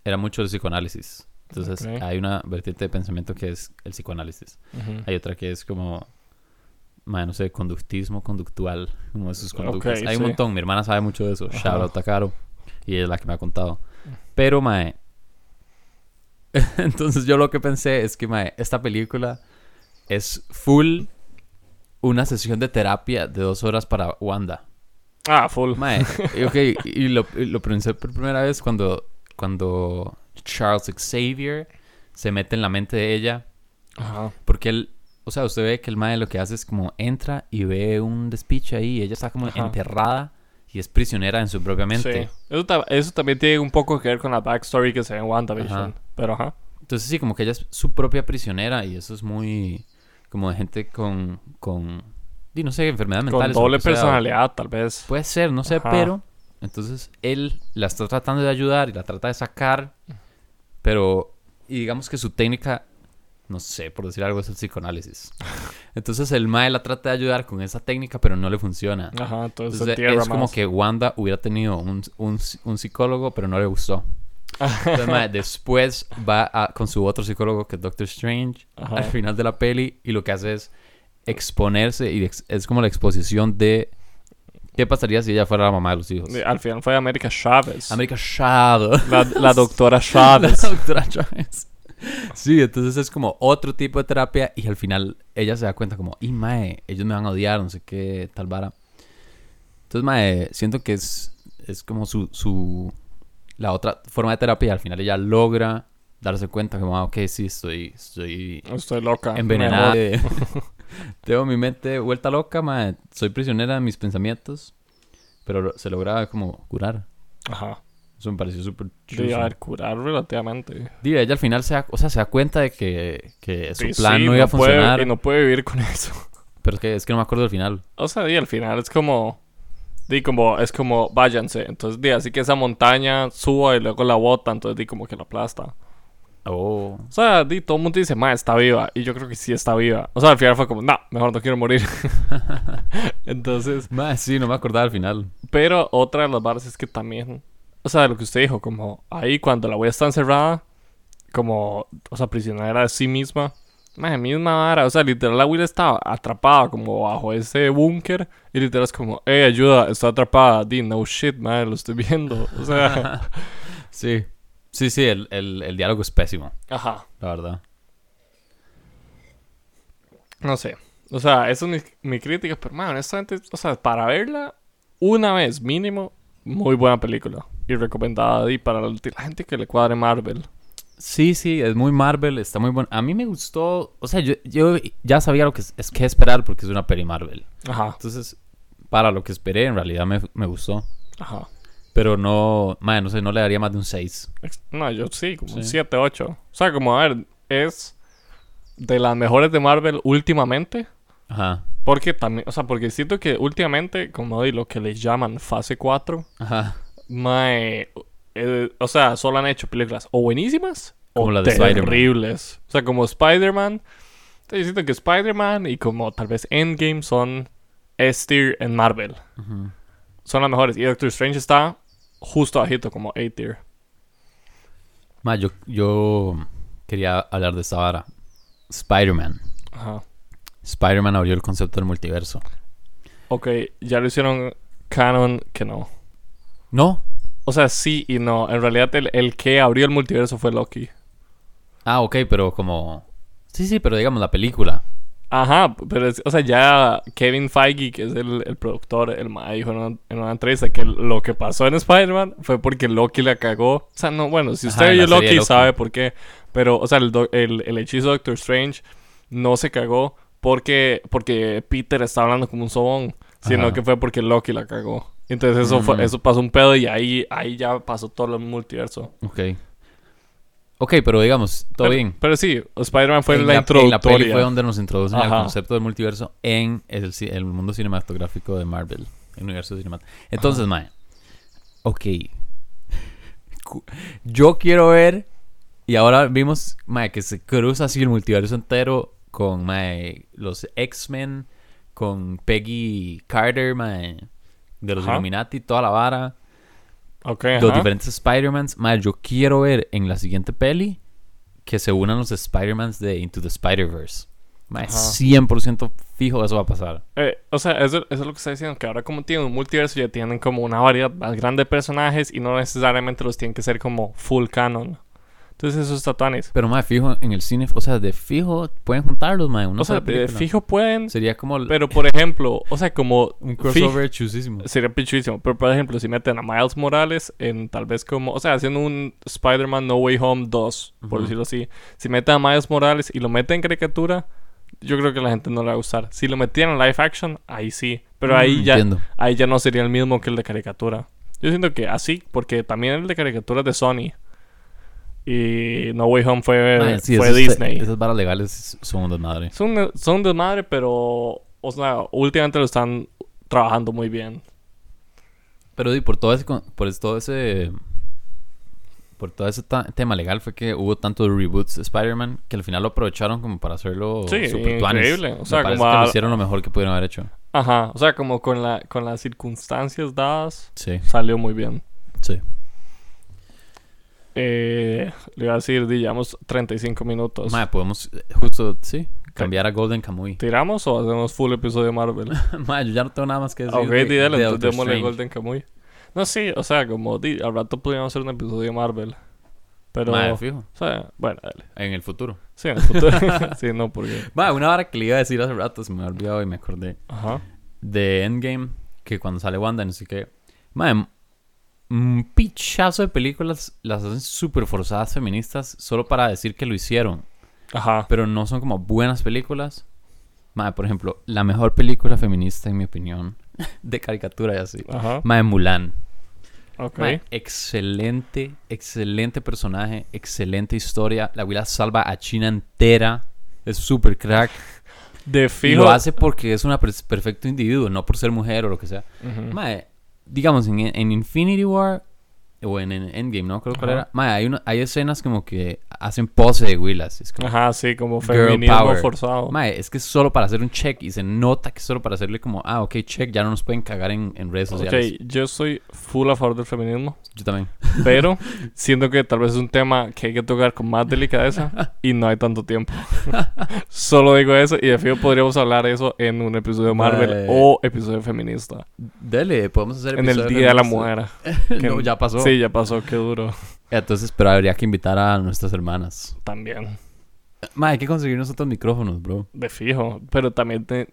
era mucho de psicoanálisis. Entonces,
Ok.
hay una vertiente de pensamiento que es el psicoanálisis.
Ujú.
Hay otra que es como, mae, no sé, conductismo conductual, como de sus conductas.
Ok,
Hay
sí.
un montón, mi hermana sabe mucho de eso,
Ajá.
Shout out a Caro, y ella es la que me ha contado. Pero, mae. [laughs] Entonces yo lo que pensé es que, mae, esta película es full una sesión de terapia de dos horas para Wanda.
Ah, full.
Mae, y ok, y lo, y lo pensé por primera vez cuando, cuando Charles Xavier se mete en la mente de ella.
Ajá.
Porque él, o sea, usted ve que el mae lo que hace es como entra y ve un despiche ahí. Y ella está como
Ajá.
enterrada y es prisionera en su propia mente.
Sí. Eso, ta- eso también tiene un poco que ver con la backstory que se ve en WandaVision.
Ajá.
Pero ajá.
Entonces sí, como que ella es su propia prisionera y eso es muy como de gente con, con di, no sé, enfermedades
Con
mentales. o lo
doble
que sea, o-
personalidad, tal vez.
Puede ser, no sé,
Ajá.
pero entonces él la está tratando de ayudar y la trata de sacar, pero y digamos que su técnica, no sé, por decir algo, es el
[laughs]
psicoanálisis. Entonces el mae la trata de ayudar con esa técnica, pero no le funciona.
Ajá, entonces,
Entonces,
tierra
es como
más.
que Wanda hubiera tenido un, un- un psicólogo, pero no le gustó. Entonces, mae, después va a- con su otro psicólogo, que es Doctor Strange,
Ajá.
al final de la peli, y lo que hace es exponerse, y ex- es como la exposición de qué pasaría si ella fuera la mamá de los hijos.
Al final fue América Chávez.
América Shadow.
La, la
[laughs]
doctora
La
Chávez.
doctora Chávez. Sí, entonces es como otro tipo de terapia y al final ella se da cuenta como, y mae, ellos me van a odiar, no sé qué, tal vara. Entonces, mae, siento que es, es como su, su, la otra forma de terapia y al final ella logra darse cuenta como, ah, ok, sí, estoy, estoy
[laughs] Estoy loca.
envenenada.
Me
de- Tengo mi mente vuelta loca, mae, soy prisionera de mis pensamientos, pero lo- se logra como curar.
voy. Ajá.
Eso me pareció súper
Sí,
chuzo.
a ver, curar relativamente.
Digo, ella al final se da, o sea, se da cuenta de que, que su
Sí,
plan
sí,
no iba a
puede-
funcionar.
y no puede vivir con eso.
Pero es que, es que no me acuerdo del final.
O sea, y al final es como. Di como, es como, váyanse. Entonces, di así que esa montaña suba y luego la bota. Entonces, di como que la aplasta.
Oh.
O sea, di, todo el mundo dice, ma, está viva. Y yo creo que sí está viva. O sea, al final fue como, no, mejor no quiero morir. [laughs] Entonces,
Ma, sí, no me acordaba del final.
pero otra de las barras es que también, o sea, lo que usted dijo, como ahí cuando la wea está encerrada, como, o sea, prisionera de sí misma, ma, misma vara. O sea, literal, la Will estaba atrapada como bajo ese búnker. Y literal es como, eh, ayuda, estoy atrapada. Di, no shit, ma, lo estoy viendo. O sea,
Sí. Sí, sí, el, el, el diálogo es pésimo,
ajá.
la verdad.
No sé. O sea, esa es mi, mi crítica, pero man, honestamente, o sea, para verla una vez mínimo, muy buena película. Y recomendada y para la la gente que le cuadre Marvel.
Sí, sí, es muy Marvel, está muy bueno. A mí me gustó, o sea, yo, yo ya sabía lo que es, es que esperar porque es una peli Marvel.
Ajá,
Entonces, para lo que esperé, en realidad me, me gustó.
ajá.
Pero no, ma, no sé, no le daría más de un 6.
Ex- No, yo sí, como un
Sí.
7, 8. O sea, como a ver, es de las mejores de Marvel últimamente.
Ajá,
Porque también, o sea, porque siento que últimamente, como di, lo que le llaman fase 4,
ajá.
Mae, eh, o sea, solo han hecho películas o buenísimas
Como
o
la de Spider-Man.
terribles. O sea, como Spider-Man. Te siento que Spider-Man y como tal vez Endgame son S-Tier en Marvel.
Ujú.
Son las mejores. Y Doctor Strange está justo abajito, como A-Tier.
Ma, yo, yo quería hablar de esta vara. Spider-Man.
Ajá.
Spider-Man abrió el concepto del multiverso.
Ok, ya lo hicieron canon que no.
¿No?
O sea, sí y no. En realidad el, el que abrió el multiverso fue Loki.
Ah, ok, pero como... Sí, sí, pero digamos la película.
Ajá, pero es- o sea, ya Kevin Feige, que es el, el productor, el ma dijo en una, en una entrevista que lo que pasó en Spider-Man fue porque Loki la cagó. O sea, no, bueno, si
Ajá, en
usted
la
vio
serie
Loki,
Loki.
sabe por qué. Pero, o sea, el, do- el, el hechizo de Doctor Strange no se cagó porque, porque Peter está hablando como un sobón, sino
Ajá.
que fue porque Loki la cagó. Entonces eso
Mm.
fue, eso pasó un pedo y ahí, ahí ya pasó todo el multiverso.
Ok. Ok, pero digamos, todo
Pero-
bien.
Pero sí, Spider-Man fue
En
la,
en la
introductoria.
peli fue donde nos introducen al
Ajá.
concepto del multiverso en el, ci- el mundo cinematográfico de Marvel. El universo cinematográfico. Entonces, mae. Ok. Cu- Yo quiero ver... Y ahora vimos, mae, que se cruza así el multiverso entero con, mae, los X-Men, con Peggy Carter, mae, de los
Ajá.
Illuminati, toda la vara.
Ok,
los
ajá.
diferentes Spider-Mans. Madre, yo quiero ver en la siguiente peli que se unan los Spider-Mans de Into the Spider-Verse. Mae,
Ajá.
100% fijo eso va a pasar.
Eh, o sea, eso, eso es lo que está diciendo, que ahora como tienen un multiverso ya tienen como una variedad más grande de personajes y no necesariamente los tienen que ser como full canon. Entonces esos tatuanes.
Pero, mae, fijo en el cine, o sea, de fijo pueden juntarlos, mae. una
o sea,
sola
de
película.
fijo pueden,
Sería como el-
pero por ejemplo, o sea, como
un
fi-
crossover chusísimo.
Sería pichísimo, pero por ejemplo, si meten a Miles Morales en tal vez como, o sea, haciendo un Spider-Man No Way Home 2, por
Ujú.
decirlo así, si meten a Miles Morales y lo meten en caricatura, yo creo que la gente no le va a gustar. Si lo metieran en live action, ahí sí, pero ahí
Mm,
ya
Entiendo.
ahí ya no sería el mismo que el de caricatura. Yo siento que así, porque también el de caricatura es de Sony. Y No Way Home fue,
Mae, Ah, sí,
fue
esas-
Disney.
Esas varas legales son un desmadre.
Son, son desmadre, pero o sea, últimamente lo están trabajando muy bien.
Pero di, por todo ese con- por es- todo ese por todo ese ta- tema legal fue que hubo tantos reboots de Spider-Man que al final lo aprovecharon como para hacerlo
Sí,
super tuanes.
increíble. O
Oh, Me
sea,
parece
como
que
a-
lo hicieron lo mejor que pudieron haber hecho.
Ajá, o sea, como con, la, con las circunstancias dadas,
Sí,
salió muy bien.
sí.
Eh, le iba a decir, digamos, 35 minutos.
Mae, podemos eh, justo, sí, cambiar a Golden Kamuy.
¿Tiramos o hacemos full episodio de Marvel?
[laughs] Mae, yo ya no tengo nada más que decir.
Ok,
de- de
dígale, entonces
Doctor
démosle
Strange.
Golden Kamuy. No, sí, o sea, como di, al rato podríamos hacer un episodio de Marvel. Pero,
Mae,
o
fijo,
sea, bueno, dale.
en el futuro.
Sí, en el futuro. [laughs] sí, no, porque.
Mae, una vara que le iba a decir hace rato se me había olvidado y me acordé.
Ajá.
de Endgame, que cuando sale Wanda, no sé qué. Madre, un pichazo de películas las hacen súper forzadas feministas solo para decir que lo hicieron,
Ajá.
pero no son como buenas películas. Madre, por ejemplo, la mejor película feminista, en mi opinión, [laughs] de caricatura y así.
Ajá.
Madre, Mulan.
Ok.
Mae, excelente, excelente personaje, excelente historia. La abuela salva a China entera. Es súper crack.
De
Y
fijo.
lo hace porque es una pers- perfecto individuo, no por ser mujer o lo que sea.
Ujú.
Mae, digamos, en, en Infinity War o en, en Endgame, ¿no? Creo cuál
Ajá.
era. Mae, hay, una- hay escenas como que hacen pose de Willas. Es como,
Ajá, sí, como
Girl
feminismo
power.
forzado.
Mae, es que es solo para hacer un check y se nota que es solo para hacerle como, ah, ok, check, ya no nos pueden cagar en, en redes
Ok,
sociales.
yo soy full a favor del feminismo,
Yo también.
pero siento que tal vez es un tema que hay que tocar con más delicadeza y no hay tanto tiempo. [laughs] Solo digo eso y de fijo podríamos hablar eso en un episodio de Marvel
Mae.
o episodio feminista.
Dele, podemos hacer
en el
episodio
Día de la
feminista.
Mujer.
[laughs]
que-
no, ya pasó.
Sí, ya pasó, qué duro.
Entonces, pero habría que invitar a nuestras hermanas.
También,
Mae, hay que conseguir nosotros micrófonos, bro.
de fijo. Pero también te-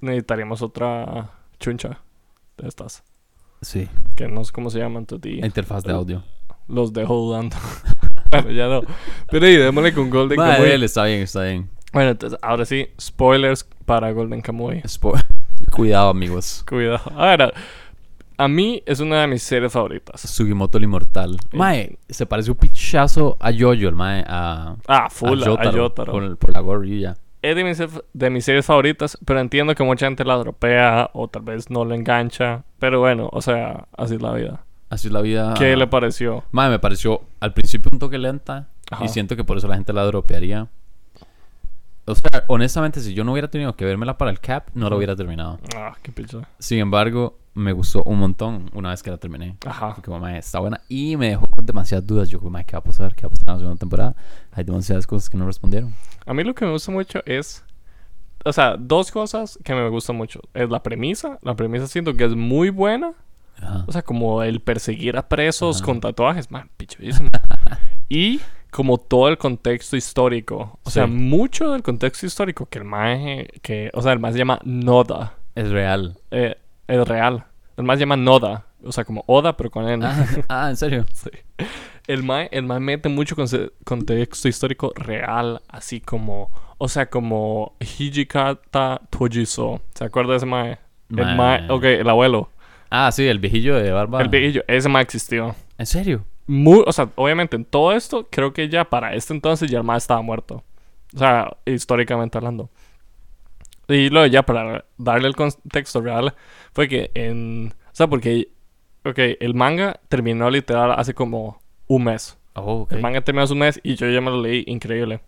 necesitaríamos otra chuncha de estas,
Sí.
que no sé cómo se llaman, entonces di-
Interfaz de audio.
los dejo dudando. [laughs] bueno, ya no. Pero y démosle con Golden
Mae,
Kamuy.
dele, está bien, está bien.
Bueno, entonces, ahora sí, spoilers para Golden Kamuy.
Spo- [laughs] Cuidado, amigos.
Cuidado. Ahora, a mí es una de mis series favoritas.
Sugimoto el Inmortal.
Sí.
Mae, se parece un pichazo a Jojo, el mae, a,
Ah, full,
a
a
Jotaro,
Jotaro.
Por, el- por la gorrilla.
Es de mis, de mis series favoritas, pero entiendo que mucha gente la dropea o tal vez no la engancha. Pero bueno, o sea, así es la vida.
Así es la vida.
¿Qué le pareció?
Mae, me pareció al principio un toque lenta
Ajá.
y siento que por eso la gente la dropearía. O sea, honestamente, si yo no hubiera tenido que vérmela para el cap, no la hubiera terminado.
Ah, qué picha.
Sin embargo, me gustó un montón una vez que la terminé.
Ajá.
Porque, mae, está buena. Y me dejó con demasiadas dudas. Yo, mae, ¿qué va a pasar? ¿Qué va a pasar en la segunda temporada? Hay demasiadas cosas que no respondieron.
A mí lo que me gusta mucho es. O sea, dos cosas que me gustan mucho. Es la premisa. La premisa siento que es muy buena.
Ajá.
O sea, como el perseguir a presos
Ajá.
con tatuajes, man,
[laughs]
pichudísimo. y como todo el contexto histórico. O
Sí.
sea, mucho del contexto histórico que el maje, que, o sea, el más se llama Noda.
Es real.
eh, es real. El más se llama Noda. O sea, como Oda, pero con N.
Ah, [laughs] ah, ¿en serio?
El mae, el mae mete mucho conce- contexto histórico real, así como, o sea, como Hijikata Tojiso. ¿Se acuerda de ese mae? El mae, ok, el abuelo,
Ah, sí, el viejillo de barba.
el viejillo, ese mae existió.
¿En serio?
Muy, o sea, obviamente en todo esto, creo que ya para este entonces ya el mae estaba muerto. O sea, históricamente hablando. Y luego ya para darle el contexto real, fue que en... O sea, porque... Ok, el manga terminó literal hace como un mes.
Oh, ok.
El manga terminó hace un mes y yo ya me lo leí, increíble.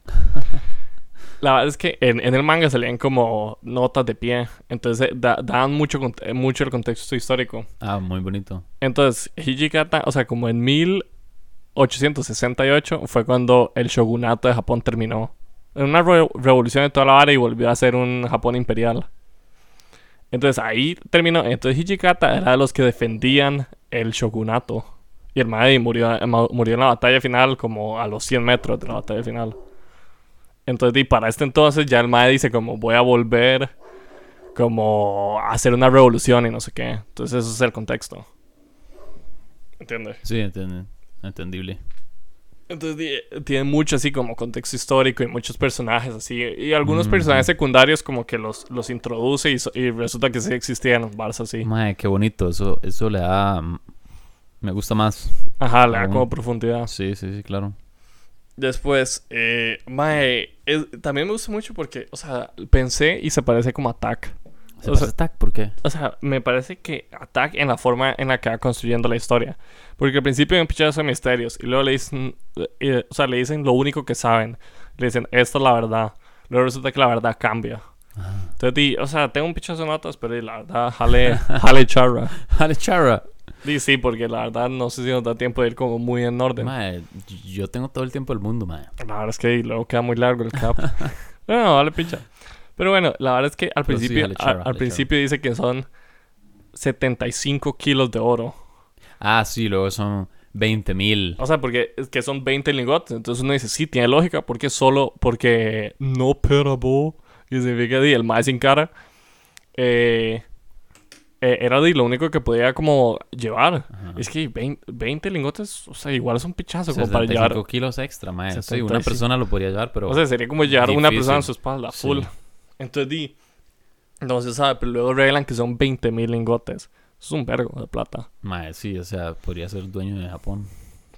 La verdad es que en, en el manga salían como notas de pie, entonces da- daban mucho, cont- mucho el contexto histórico.
Ah, muy bonito.
Entonces, Hijikata, o sea, como en 1868 fue cuando el shogunato de Japón terminó. una re- revolución de toda la vara y volvió a ser un Japón imperial. Entonces ahí terminó. Entonces Hichikata era de los que defendían el shogunato. Y el Mahdi murió, ma- murió en la batalla final, como a los 100 metros de la batalla final. Entonces, y para este entonces ya el Mahdi dice como voy a volver como a hacer una revolución y no sé qué. Entonces eso es el contexto. ¿Entiendes?
Sí, enten- entendible.
Entonces di- tiene mucho así como contexto histórico y muchos personajes así. Y algunos
Mm.
personajes secundarios como que los, los introduce y, so- y resulta que sí existían los Barça así.
Mae, qué bonito. Eso, eso le da. mm, Me gusta más.
Ajá, le da
Mm.
como profundidad.
Sí, sí, sí, claro.
Después, eh, mae, es- también me gusta mucho porque, o sea, pensé y se parece como Attack.
¿Se
O
pasa
sea-
tac? ¿Por qué?
O sea, me parece que Attack en la forma en la que va construyendo la historia. Porque al principio hay un pichazo de misterios y luego le dicen, eh, o sea, le dicen lo único que saben. Le dicen, esta es la verdad. Luego resulta que la verdad cambia.
Ah.
Entonces, di, o sea, tengo un pichazo de notas, pero di, la verdad, jale, [laughs]
[laughs]
jale charra.
Alechara.
Di, sí, porque la verdad no sé si nos da tiempo de ir como muy en orden.
Mae, yo tengo todo el tiempo del mundo, mae.
La verdad es que di, luego queda muy largo
[laughs]
el cap. no, no, vale picha. Pero bueno, la verdad es que al
Pero sí,
principio,
jale charra,
al-
jale
al
charra.
principio dice que son 75 kilos de oro.
Ah, sí, luego son 20 mil.
O sea, porque es que son 20 lingotes. Entonces uno dice, sí, tiene lógica, porque solo porque no parable, que significa di, el más sin cara, eh, eh, era di, lo único que podía como llevar. Es que 20, 20 lingotes, o sea, igual es un pichazo como para llevar.
75 kilos extra, mae. Sí,
75.
una persona lo podría llevar, pero.
O sea, sería como llevar una
Difícil.
persona en su espalda,
Sí.
full. Entonces di, no se sabe, pero luego revelan que son 20 mil lingotes. Es un vergo de plata,
mae, sí, o sea, podría ser dueño de
[laughs]
Japón.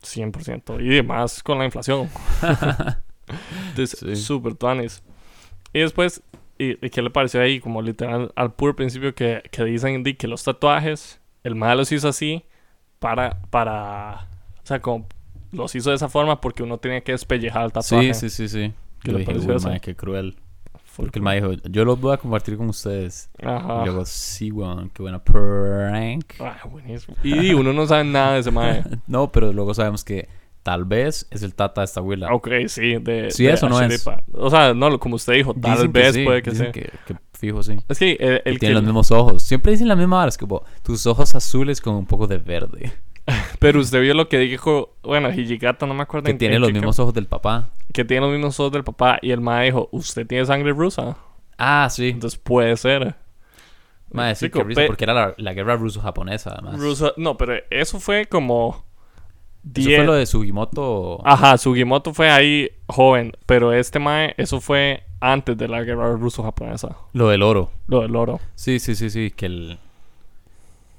100%. Y además con la inflación.
Sí.
Entonces, súper tuanis. Y después, y, y qué le pareció ahí? Como literal, al puro principio que, que dicen di, que los tatuajes, el mal los hizo así para, para, o sea, como los hizo de esa forma porque uno tenía que despellejar el tatuaje.
Sí, sí, sí, sí. Yo
¿Qué le
dije,
pareció
"Uy,
eso?
mae, qué cruel. Porque el mae dijo, yo los voy a compartir con ustedes.
Ajá.
Y luego, sí, weón, qué buena prank.
Ah, buenísimo. Y di, uno no sabe nada de
[laughs]
ese mae.
No, pero luego sabemos que tal vez es el tata de esta abuela.
ok, sí, de.
Sí,
de
eso no es.
Ashiripa. O sea, no, lo- como usted dijo, tal
Dicen
vez
sí,
puede que
dicen
sea.
Que, que fijo, sí.
Es que el, el
que
que.
tienen los mismos ojos. Siempre dicen la misma vara. Es como tus ojos azules con un poco de verde.
Pero usted vio lo que dijo. Bueno, Hijikata, no me acuerdo
Que
en-
tiene
en
los
qué
mismos ojos del papá.
que tiene los mismos ojos del papá y el mae dijo, usted tiene sangre rusa.
Ah, sí.
Entonces puede ser.
Mae, sí,
Chico,
qué risa,
pe-
porque era la, la guerra ruso-japonesa, además.
rusa. No, pero eso fue como...
Eso
10...
fue lo de Sugimoto.
Ajá, Sugimoto fue ahí joven, pero este mae, eso fue antes de la guerra ruso-japonesa,
Lo del oro.
lo del oro.
Sí, sí, sí, sí. Que el.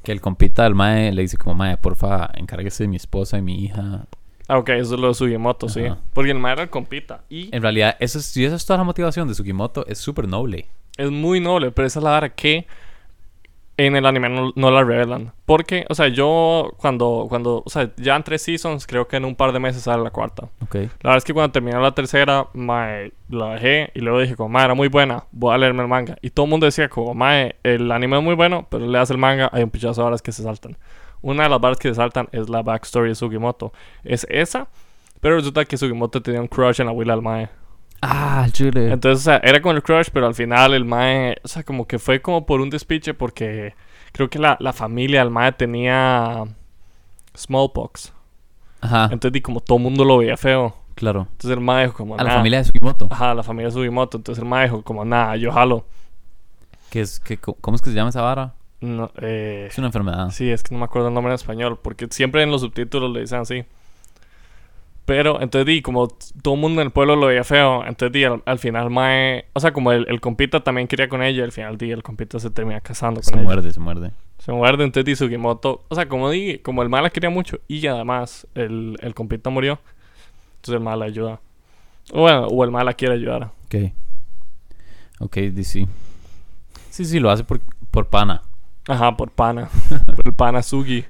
Que el compita del mae le dice como, mae, porfa, encárguese de mi esposa y mi hija.
Ah, ok, eso es lo de Sugimoto, sí.
Ajá. Em
Porque el mae era el compita. Y
En realidad, eso es, si esa es toda la motivación de Sugimoto, es súper noble.
es muy noble, pero esa es la vara que en el anime no, no la revelan. Porque, o sea, yo cuando, cuando, o sea, ya en tres seasons, creo que en un par de meses sale la cuarta.
Ok.
La verdad es que cuando terminé la tercera, mae, la dejé y luego dije, como, mae, era muy buena, voy a leerme el manga. Y todo el mundo decía, como, mae, el anime es muy bueno, pero leas el manga, hay un pichazo de varas que se saltan. Una de las varas que se saltan es la backstory de Sugimoto. Es esa, pero resulta que Sugimoto tenía un crush en la abuela del mae.
Ah, chile.
Entonces, o sea, era con el crush, pero al final el mae, o sea, como que fue como por un despiche porque creo que la, la familia del mae tenía smallpox.
Ajá,
Entonces, y como todo el mundo lo veía feo.
claro.
Entonces el mae dijo, como,
A la
"Nah".
familia de Sugimoto.
Ajá, la familia Sugimoto. Entonces el mae dijo, como, nada, yo jalo.
Que es, que, co- ¿Cómo es que se llama esa vara?
No, eh,
Es una enfermedad.
sí, es que no me acuerdo el nombre en español, porque siempre en los subtítulos le dicen así. Pero, entonces, di, como t- todo el mundo en el pueblo lo veía feo, entonces, di, al, al final, mae... O sea, como el, el compita también quería con ella, al final, di, el compita se termina casando
Se
con ella.
muerde, se muerde.
Se muerde, entonces, di, Sugimoto... O sea, como di, como el mae la quería mucho, y además, el, el compita murió, entonces el mae la ayuda. O bueno, o el mae la quiere ayudar.
Ok. Ok, DC. Sí, sí, lo hace por, por pana.
Ajá,
[laughs]
por pana. por el pana Sugi.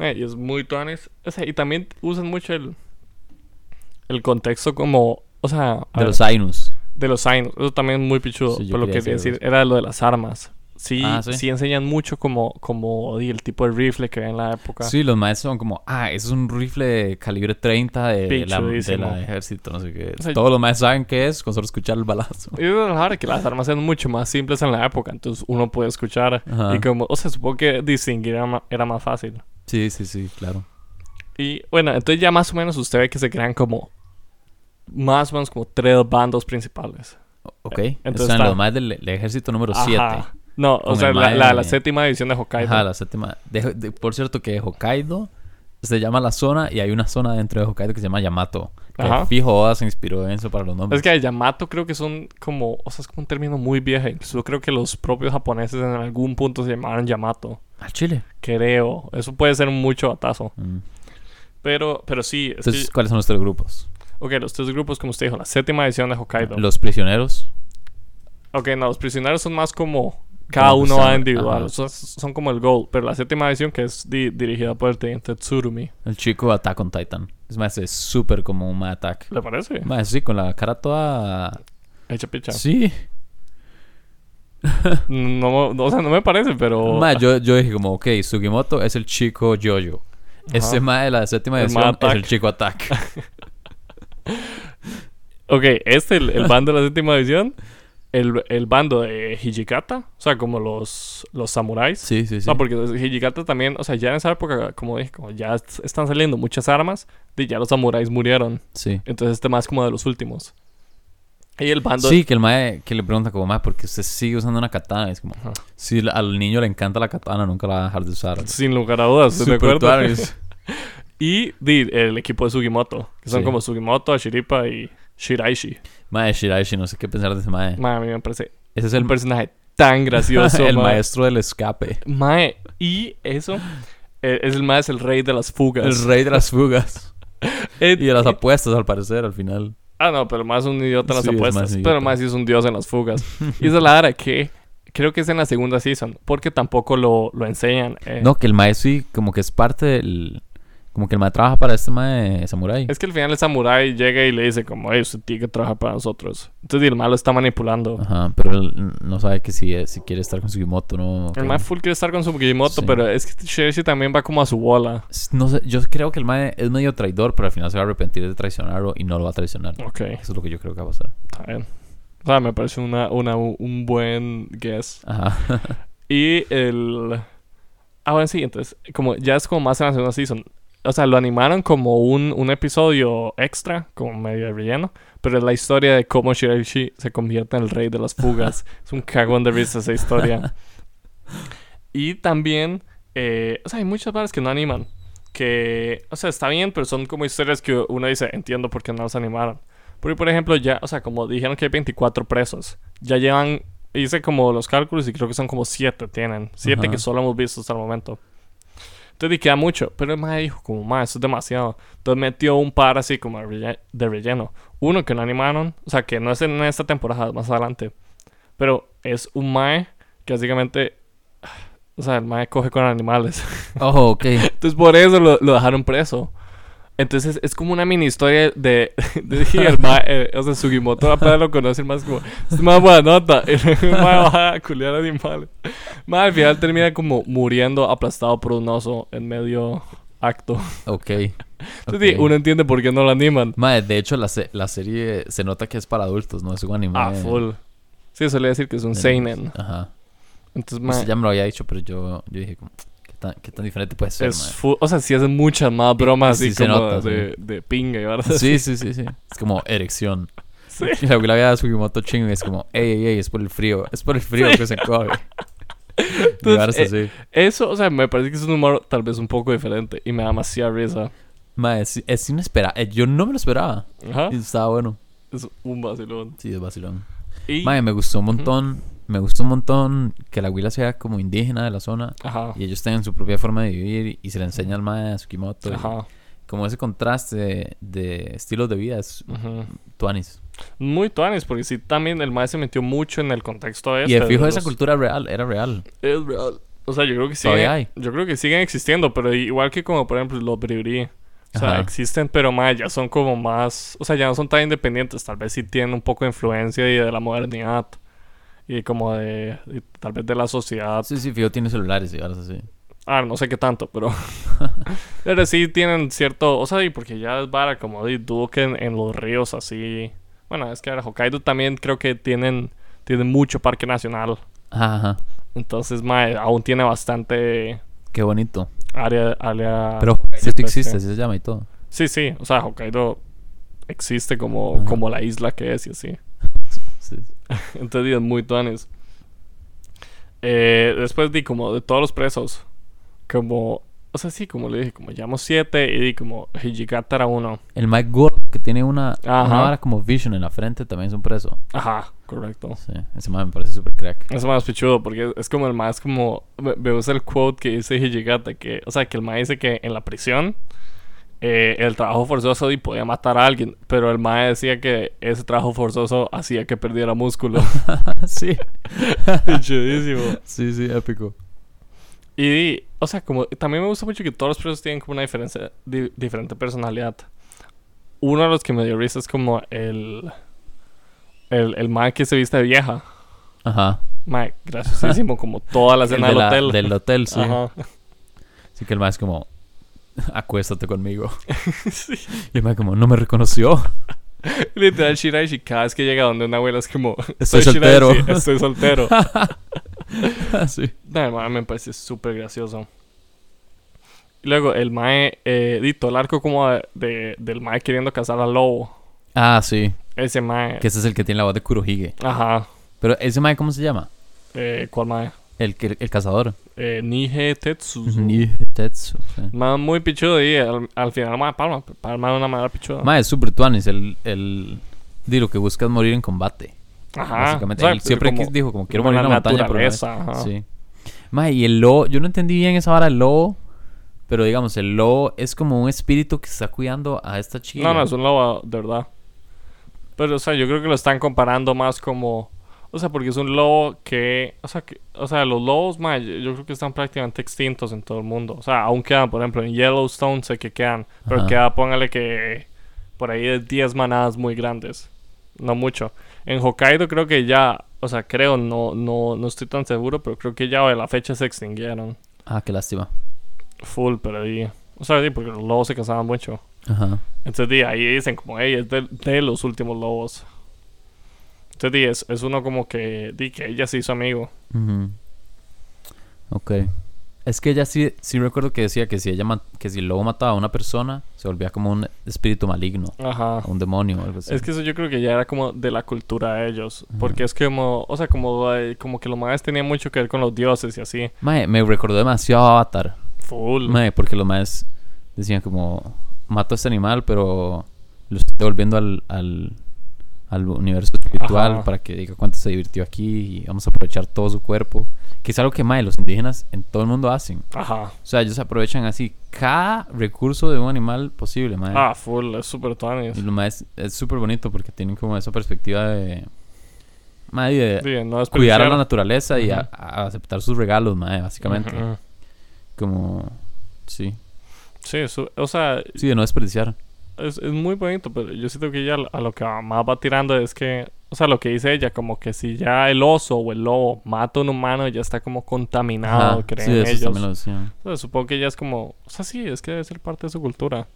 Eh, y es muy tuanes. O sea, y también usan mucho el, el contexto como. O sea, a
De
ver,
los Ainus.
de los signos. Eso también es muy pichudo.
Sí, yo
pero lo que
quería
quería
hacer
decir era lo de las armas. sí,
Ah, sí.
sí enseñan mucho como, como di, el tipo de rifle que había en la época.
Sí, los maestros son como, ah, eso es un rifle de calibre 30 de la, de
Pichudísimo.
la ejército, no sé qué.
O sea,
Todos los maestros saben qué es con solo escuchar el
[laughs]
balazo.
Y es una hora que las armas eran mucho más simples en la época, entonces uno puede escuchar
Ajá.
y como, o sea, supongo que distinguir era, ma- era más fácil.
Sí, sí, sí, claro.
Y bueno, entonces ya más o menos usted ve que se crean como más o menos como tres bandos principales.
Ok.
entonces
Están
está-
los maestros del, del ejército número 7.
Ajá. No,
Con
o
el
sea, la, la,
mae-
la séptima división de Hokkaido.
Ajá, la séptima. De- de- por cierto, que Hokkaido se llama la zona y hay una zona dentro de Hokkaido que se llama Yamato. Que
Ajá.
fijo Oda se inspiró en eso para los nombres.
Es que Yamato creo que son como, o sea, es como un término muy viejo. Incluso creo que los propios japoneses en algún punto se llamaron Yamato.
Al Chile.
Creo. Eso puede ser mucho batazo.
Mm.
Pero, pero sí. es que-
Entonces, ¿cuáles son los tres grupos?
ok, los tres grupos, como usted dijo, la séptima edición de Hokkaido.
Los prisioneros.
Ok, no, los prisioneros son más como cada
Como
uno va
persona,
individual.
ajá.
Son, son como el goal. Pero la séptima edición que es di- dirigida por el teniente Tsurumi.
El chico Attack on Titan. Es más, es súper como un attack.
¿Le parece?
Más, sí, con la cara toda.
Hecha picha.
Sí.
No, no, o sea, no me parece, pero...
Más, yo, yo dije, como, ok, Sugimoto es el chico Yoyo. Este más de la séptima
El
edición
mae
es el
attack.
chico
[laughs]
Attack.
Ok, este, el, el bando de la séptima edición, el, el bando de Hijikata, o sea, como los, los samuráis.
Sí, sí, sí.
O sea, porque los Hijikata también, o sea, ya en esa época, como dije, como ya est- están saliendo muchas armas, y ya los samuráis murieron.
Sí.
Entonces este más como de los últimos. Y el bando...
Sí, que el mae que le pregunta como más porque usted sigue usando una katana. Es como,
Ajá.
si la- al niño le encanta la katana, nunca la va a dejar de
[laughs]
usar.
Sin lugar a dudas, ¿de
Super
acuerdo?
tuanis.
[laughs] Y di, el equipo de Sugimoto, que son
Sí.
como Sugimoto, Ashiripa y Shiraishi.
Mae Shiraishi, no sé qué pensar de ese mae.
Mae, a mí me parece
Ese es
el
el,
personaje
[laughs]
tan gracioso.
el
mae.
maestro del escape.
Mae, y eso eh, es el mae es el rey de las
El
fugas.
rey de las
[laughs]
fugas.
Eh,
y de las
eh,
apuestas, al parecer, al final.
ah, no, pero el mae es un idiota en las
Sí, es más
apuestas.
idiota.
Pero el mae sí es un dios en las fugas.
[laughs]
y esa es la hora que creo que es en la segunda season, porque tampoco lo, lo enseñan. eh.
No, que el mae sí, como que es parte del. Como que el mae trabaja para este mae samurai.
Es que al final el samurái llega y le dice como, hey, usted tiene que trabajar para nosotros. Entonces y el mae lo está manipulando.
Ajá, pero él no sabe que si, eh, si quiere estar con Sugimoto, no.
El
que-
mae full quiere estar con su Gimoto,
Sí.
pero es que Shirishi también va como a su bola.
No sé, yo creo que el mae es medio traidor, pero al final se va a arrepentir de traicionarlo y no lo va a traicionar.
Ok,
Eso es lo que yo creo que va a pasar.
está bien. O sea, me parece una, una, un buen guess.
Ajá. [laughs]
Y el... Ah, bueno, sí, entonces, como ya es como más en la segunda season. O sea, lo animaron como un, un episodio extra, como medio de relleno, pero es la historia de cómo Shiraishi se convierte en el rey de las fugas. es un cagón de risa esa historia. Y también, eh, o sea, hay muchas partes que no animan. Que, o sea, está bien, pero son como historias que uno dice, entiendo por qué no las animaron. Porque, por ejemplo, ya, o sea, como dijeron que hay 24 presos, ya llevan, hice como los cálculos y creo que son como 7 tienen. 7
Ajá.
que solo hemos visto hasta el momento. Entonces, y queda mucho. Pero el mae dijo, como, mae, eso es demasiado. Entonces metió un par así como de relle- de relleno. Uno que no animaron, o sea, que no es en esta temporada, es más adelante. Pero es un mae que básicamente, o sea, el mae coge con animales. [laughs]
Oh, ok.
Entonces por eso lo, lo dejaron preso. Entonces es como una mini historia de, [laughs] de que el mae, eh, o sea, Sugimoto apenas lo conoce más como, "Este es más buena nota, [laughs] el mae va a culiar animales. Mae al final termina como muriendo aplastado por un oso en medio acto.
Ok.
Entonces
ok.
uno entiende por qué no lo animan.
Mae, de hecho, la, se- la serie se nota que es para adultos, no es un anime.
Ah, full. Sí, solía decir que es un seinen.
Ajá.
Entonces,
Usted
mae,
ya me lo había dicho, pero yo, yo dije, como, ¿qué tan, qué tan diferente puede ser,
es full. O sea, sí hacen muchas más bromas
sí
así
se
como
nota,
de, de pinga y
mae?
varas
Sí, sí, sí, sí. Es como erección.
[laughs] Sí.
Y la abuela veía a Sugimoto chingo y es como, ey, ey, ey, es por el frío. Es por el frío que se coge. Y
Entonces,
ahora es
eh,
así.
Eso, o sea, me parece que es un humor tal vez un poco diferente y me da demasiada risa.
Mae, es, es inesperado. eh, Yo no me lo esperaba.
Ajá.
Y estaba bueno.
Es un ¿Ah? vacilón.
Sí, es vacilón.
Y,
Mae, me gustó un montón. Me gustó un montón que la abuela sea como indígena de la zona.
ajá.
Y ellos tienen su propia forma de vivir y se le enseña al mae a Sugimoto. y
Ajá.
Como ese contraste de, de estilos de vida es
ujú.
tuanis.
Muy tuanis, porque sí, también el maestro se metió mucho en el contexto este.
Y el fijo de esa
los-
cultura real, era real.
Es real. O sea, yo creo que siguen,
Todavía hay.
yo creo que siguen existiendo, pero igual que como por ejemplo los bribri. O sea,
Ajá.
existen, pero más ya son como más, o sea, ya no son tan independientes, tal vez sí tienen un poco de influencia y de la modernidad. y como de y tal vez de la sociedad.
Sí, sí, fijo, tiene celulares y ahora sí.
Ah, no sé qué tanto,
[laughs]
pero pero sí tienen cierto, o sea, y porque ya es vara como de duquen en los ríos así. Bueno, es que ahora Hokkaido también creo que tienen tienen mucho parque nacional.
Ajá, ajá.
Entonces, mae, aún tiene bastante
Qué bonito.
área área
Pero si esto
especie.
existe, si se llama y todo.
Sí, sí, o sea, Hokkaido existe como
Ajá.
como la isla que es y así.
Sí.
Entonces, es muy tuanes. Eh, después di como de todos los presos. Como, o sea, sí, como le dije, como llamo siete y di como Hijigata era uno.
El Mike Gordo, que tiene una,
Ajá.
una vara como Vision en la frente, también es un preso.
Ajá, correcto.
Sí, ese man me parece súper
[laughs]
crack.
Es más pichudo porque es como el más como... Me, me gusta el quote que dice Hijigata, que... O sea, que el más dice que en la prisión eh, el trabajo forzoso y podía matar a alguien, pero el más decía que ese trabajo forzoso hacía que perdiera músculo.
[laughs] sí,
Pichudísimo.
sí, sí, épico.
Y, o sea, como también me gusta mucho que todos los presos tienen como una diferencia, di- diferente personalidad. Uno de los que me dio risa es como el. El, el mae que se viste de vieja.
Ajá.
Mae,
[laughs]
graciosísimo, como toda la
El
cena
de
del
la-
hotel.
Del hotel, sí. [laughs]
Ajá.
Así que el man es como, [laughs] acuéstate conmigo.
[laughs] Sí.
Y el man como, no me reconoció.
Literal, Shiraishi, cada vez que llega donde una abuela es como.
Estoy
"Soy Shiraishi,
soltero. [laughs]
[laughs] estoy soltero.
sí.
No, el mae me parece súper gracioso. Y Luego, el mae. Eh, di, todo el arco como de, de- del mae queriendo cazar al lobo.
Ah, sí.
Ese mae.
Que ese es el que tiene la voz de Kurohige.
Ajá.
Pero ese man, ¿cómo se llama?
Eh, ¿Cuál mae?
El, que- el cazador.
Eh, Nige Tetsuzu.
Ni Tetsu. sí.
Más muy pichudo y al, al final más palma. Palma de una manera pichuda.
Ma, es super tuanis. El, el... Di, lo que busca es morir en combate.
Ajá.
Básicamente.
O sea,
Él siempre
como
quis- dijo como quiero
con
morir en la montaña. Pero no-
naturaleza, ajá.
Sí. Ma, y el lobo... Yo no entendí bien esa vara del lobo. Pero digamos, el lobo es como un espíritu que está cuidando a esta chica.
No, no, es un lobo de verdad. Pero, o sea, yo creo que lo están comparando más como... O sea, porque es un lobo que... O sea, que, o sea los lobos, ma, yo yo creo que están prácticamente extintos en todo el mundo. O sea, aún quedan, por ejemplo, en Yellowstone sé que quedan. Pero
Ajá.
queda, póngale que... Por ahí de 10 manadas muy grandes. No mucho. En Hokkaido creo que ya... O sea, creo, no, no, no estoy tan seguro, pero creo que ya de la fecha se extinguieron.
Ah, qué lástima.
Full, pero ahí... O sea, sí, porque los lobos se cansaban mucho.
Ajá.
Entonces di, ahí dicen como, hey, es de, de los últimos lobos. Entonces di, es, es uno como que, di que ella se hizo amigo.
Ujú. Ok. Es que ella sí, sí recuerdo que decía que si ella ma- que si el lobo mataba a una persona, se volvía como un espíritu maligno,
Ajá.
un demonio o algo así.
Es que eso yo creo que ya era como de la cultura de ellos. Porque es como, o sea, como, eh, como que los maes tenían mucho que ver con los dioses y así.
Mae, me recordó demasiado a Avatar.
Full.
Mae, porque los maes decían como mato a este animal, pero lo estoy devolviendo al, al, al universo espiritual
Ajá.
para que diga cuánto se divirtió aquí y vamos a aprovechar todo su cuerpo. Que es algo que mae, los indígenas en todo el mundo hacen.
Ajá.
O sea, ellos aprovechan así cada recurso de un animal posible, mae.
Ah, full, es súper
Y
tuanis.
lo más es súper bonito porque tienen como esa perspectiva de. Madre, de
Sí, no es
cuidar a la
desperdiciar.
naturaleza y a,
Ujú.
a aceptar sus regalos, madre, básicamente.
Ujú.
Como. Sí.
Sí, su- o sea,
Sí, de no desperdiciar.
Es, es muy bonito, pero yo siento que ella a lo que más va tirando es que, o sea, lo que dice ella, como que si ya el oso o el lobo mata a un humano, ya está como contaminado,
Ajá,
Ah, creen
Ah, sí, de eso
ellos.
también lo decían.
O sea, supongo que ella es como, o sea, sí, es que debe ser parte de su cultura.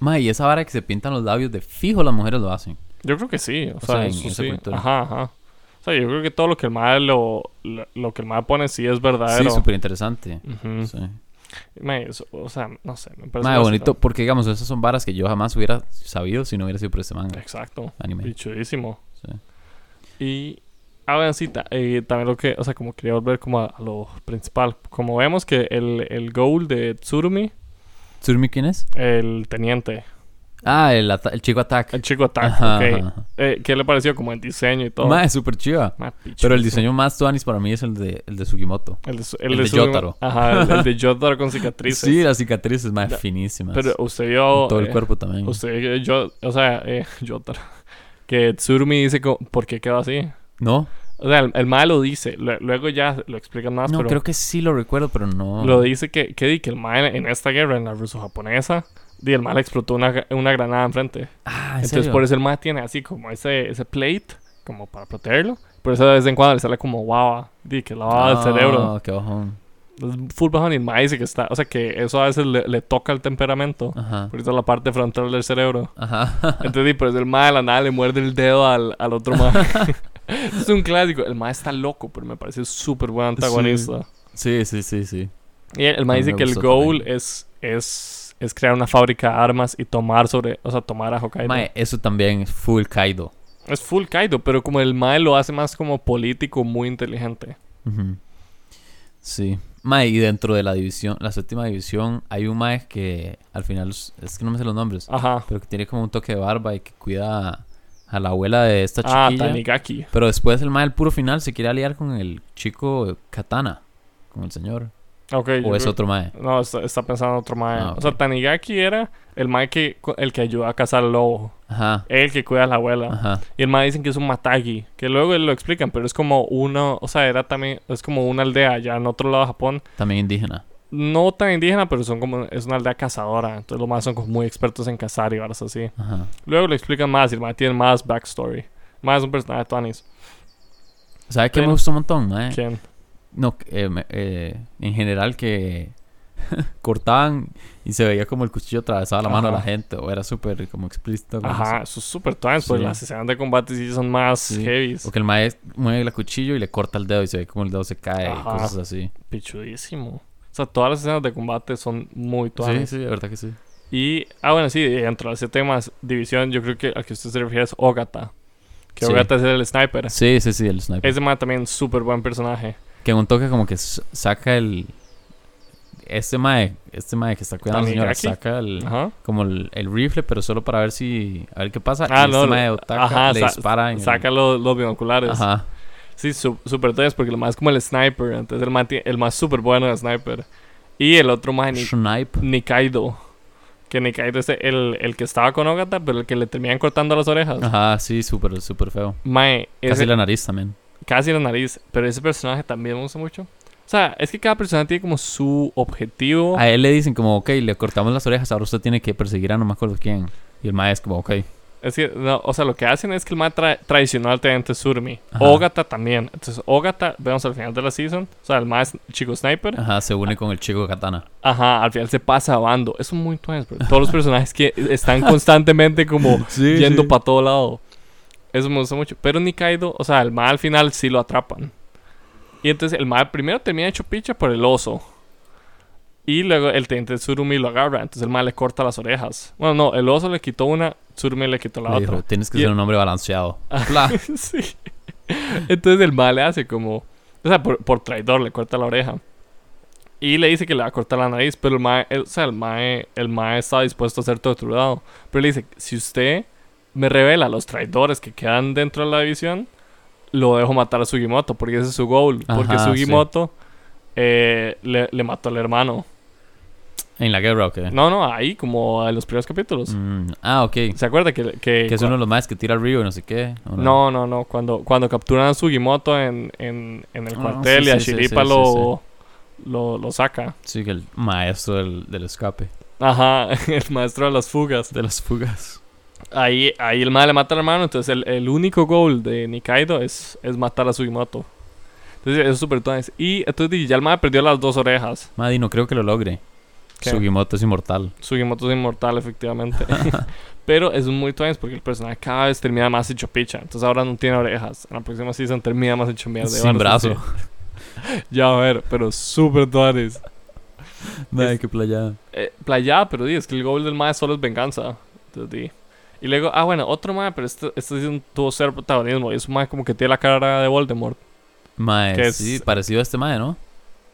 Madre, y esa vara que se pintan los labios, de fijo las mujeres lo hacen.
Yo creo que sí, o,
O
sea,
sea, en
eso
esa
sí.
cultura.
Ajá, ajá. O sea, yo creo que todo lo que el mal lo, lo, lo que el mal pone sí es verdadero.
Sí, súper interesante.
Ujú.
Sí.
Mae, eso- o sea, no sé, me parece
Madre, bonito,
fascinante.
porque digamos, esas son varas que yo jamás hubiera sabido si no hubiera sido por este manga,
Exacto. Y
anime.
chudísimo.
Sí.
Y ahora sí, ta- eh, también lo que, o sea, como quería volver como a, a lo principal. Como vemos que el, el goal de Tsurumi,
¿Tsurumi quién es?
el teniente,
Ah, el, ata- el chico Attack.
el chico Attack,
Ajá,
ok.
ajá, ajá.
Eh, ¿Qué le pareció como el diseño y todo?
Madre, súper chiva.
Ma, picho,
Pero el
sí.
diseño más tuanis para mí es el de, el de Sugimoto.
El de, su-
el de
Tsurumi-
Jotaro.
Ajá, el, el de Jotaro con cicatrices.
Sí, las cicatrices más
Ya,
finísimas.
Pero usted vio...
En todo
eh,
el cuerpo también.
Usted, eh, yo, o sea, eh, [laughs] Jotaro. Que Tsurumi dice, como, ¿por qué quedó así?
¿No?
O sea, el, el malo dice. lue- luego ya lo explican más,
no,
Ah, pero...
creo que sí lo recuerdo, pero no.
Lo dice que, que, di que el mae en esta guerra, en la ruso-japonesa, di, el mae le explotó una, una granada enfrente.
Ah, ¿en
Entonces,
serio?
por eso el mae tiene así como ese, ese plate, como para protegerlo, Por eso de vez en cuando le sale como guava. Di que lavaba el cerebro.
Ah, qué bajón.
Es full bajón y el maíz y que está. O sea que eso a veces le, le toca el temperamento.
Ajá.
Por eso la parte frontal del cerebro.
Ajá.
Entonces, di, por eso el mae de la nada le muerde el dedo al, al
[laughs]
otro mae. [laughs] es un clásico. El mae está loco, pero me parece súper buen antagonista.
sí, sí, sí, sí.
Y el, el
A
mae
mí
dice
me
que el
gustó
goal
también.
es, es, es crear una fábrica de armas y tomar sobre. O sea, tomar a Hokkaido.
Mae, eso también es full Kaido.
Es full Kaido, pero como el mae lo hace más como político, muy inteligente.
Ujú. Sí. Mae, y dentro de la división, la séptima división, hay un Mae que al final, es que no me sé los nombres,
Ajá.
pero que tiene como un toque de barba y que cuida a, a la abuela de esta
Ah,
chiquilla.
Tanigaki.
pero después el Mae, al puro final, se quiere aliar con el chico Katana, con el señor.
Ok. yo
O es
creo-
otro Mae.
No, está, está pensando en otro mae.
Ah,
O sea,
ok.
Tanigaki era el mae que el que ayuda a cazar al lobo.
Ajá.
El que cuida a la abuela.
Ajá.
Y el mae dicen que es un matagi. Que luego lo explican, pero es como uno. O sea, era también. Es como una aldea allá en otro lado de Japón.
También indígena.
No tan indígena, pero son como. Es una aldea cazadora. Entonces los más son como muy expertos en cazar y varas así.
Ajá.
Luego lo explican más y el mae tiene más backstory. Más es un personaje de Tuanis.
¿Sabes qué me
Pero-
gustó un montón, Mae?
¿Quién?
No, eh, me- eh, en general que [laughs] cortaban y se veía como el cuchillo atravesaba la mano de la
Ajá.
gente, o era súper como explícito. como
Ajá, eso es súper tuanis, porque
Sí.
las escenas de combate sí son más
Sí.
heavy.
eso. O que el maestro mueve el cuchillo y le corta el dedo y se ve como el dedo se cae y
Ajá.
cosas así.
Pichudísimo. O sea, todas las escenas de combate son muy
Sí,
tuanis.
sí, de verdad que sí.
Y, ah, bueno, sí, dentro de ese tema, división, yo creo que al que usted se refiere es Ogata. Que
Sí.
Ogata es el sniper.
Sí, sí, sí, el sniper.
Ese man también es súper buen personaje.
Que en un toque como que s- saca el... Este mae, este mae que está cuidando a la señora,
Tanigaki.
saca el...
Ajá.
Como el, el rifle, pero solo para ver si... A ver qué pasa.
Ah,
y
no,
este
le-
mae de Otaka
ajá,
le
sa-
dispara en el-
Saca los, los binoculares.
Ajá.
Sí, su- súper tuanis, porque el más es como el sniper. Entonces el más, el más súper bueno el sniper. Y el otro más ni,
Snipe.
Nikaido. Que Nikaido es el, el que estaba con Ogata, pero el que le terminan cortando las orejas.
Ajá, sí, súper, súper feo.
Mae,
Ah, Casi
ese-
la nariz también.
casi la nariz. Pero ese personaje también me gusta mucho. O sea, es que cada personaje tiene como su objetivo.
A él le dicen como, ok, le cortamos las orejas, ahora usted tiene que perseguir a no me acuerdo quién. Y el mae es como, ok.
Es que, no, o sea, lo que hacen es que el man tra- traicionó al teniente Surmi.
Ajá.
Ogata también. Entonces, Ogata, vemos al final de la season. O sea, el más chico sniper.
Ajá, se une con el chico katana.
Ajá, al final se pasa a bando. Eso es muy tuanis, bro. Todos los personajes que están constantemente como
[laughs] Sí,
yendo
sí.
para todo lado. Eso me gusta mucho. Pero Nikaido, o sea, el mal al final sí lo atrapan. Y entonces el mal primero termina hecho picha por el oso. Y luego el teniente Tsurumi lo agarra. Entonces el mal le corta las orejas. Bueno, no, el oso le quitó una, Tsurumi le quitó la
Le
otra.
dijo, tienes que
Y- Ah.
ser un hombre balanceado. Pla.
[laughs] sí. Entonces el mal le hace como. O sea, por, por traidor le corta la oreja. Y le dice que le va a cortar la nariz, pero el mae, el- o sea, el mae, el mae está dispuesto a ser torturado. Pero le dice, si usted me revela a los traidores que quedan dentro de la división, lo dejo matar a Sugimoto, porque ese es su goal. porque
Ajá, sí.
Sugimoto eh, le, le mató al hermano.
¿En la guerra o qué?
No, pues. no, ahí, como en los primeros capítulos.
Eh. Mm, ah, ok. Que
¿Se acuerda que... Que,
es uno de los maes que tira al río y no sé qué. ¿o
No, no, no. Cuando, cuando capturan a Sugimoto en, en, en el
Ah,
cuartel
sí,
y a
sí, sí,
Shiripa
sí, sí,
lo, Lo, lo saca.
Sí, que el maestro del, del escape.
Ajá, [laughs] el maestro de las fugas.
De las fugas.
Ahí, ahí el mal le mata al hermano. Entonces el, el único goal de Nikaido es, es matar a Sugimoto. Entonces eso es súper tuanis. Y entonces ya el mal perdió las dos orejas.
Maddy, no creo que lo logre.
¿Qué?
Sugimoto es inmortal.
Sugimoto es
[laughs]
inmortal, efectivamente. [laughs] Pero es muy tuanis porque el personaje cada vez termina más hecho picha. Entonces ahora no tiene orejas. En la próxima season termina más hecho mierda.
Sin
Varas así.
brazo.
[laughs] Ya va a ver, pero súper tuanis.
Madre, qué playada.
eh, playada, pero di, es que el goal del mae solo es venganza. Entonces, di. Y luego, ah, bueno, otro mae, pero este, este sí un- tuvo ser protagonismo. Y es un mae como que tiene la cara de Voldemort. Que
Mae,
es-
sí, parecido a este mae, ¿no?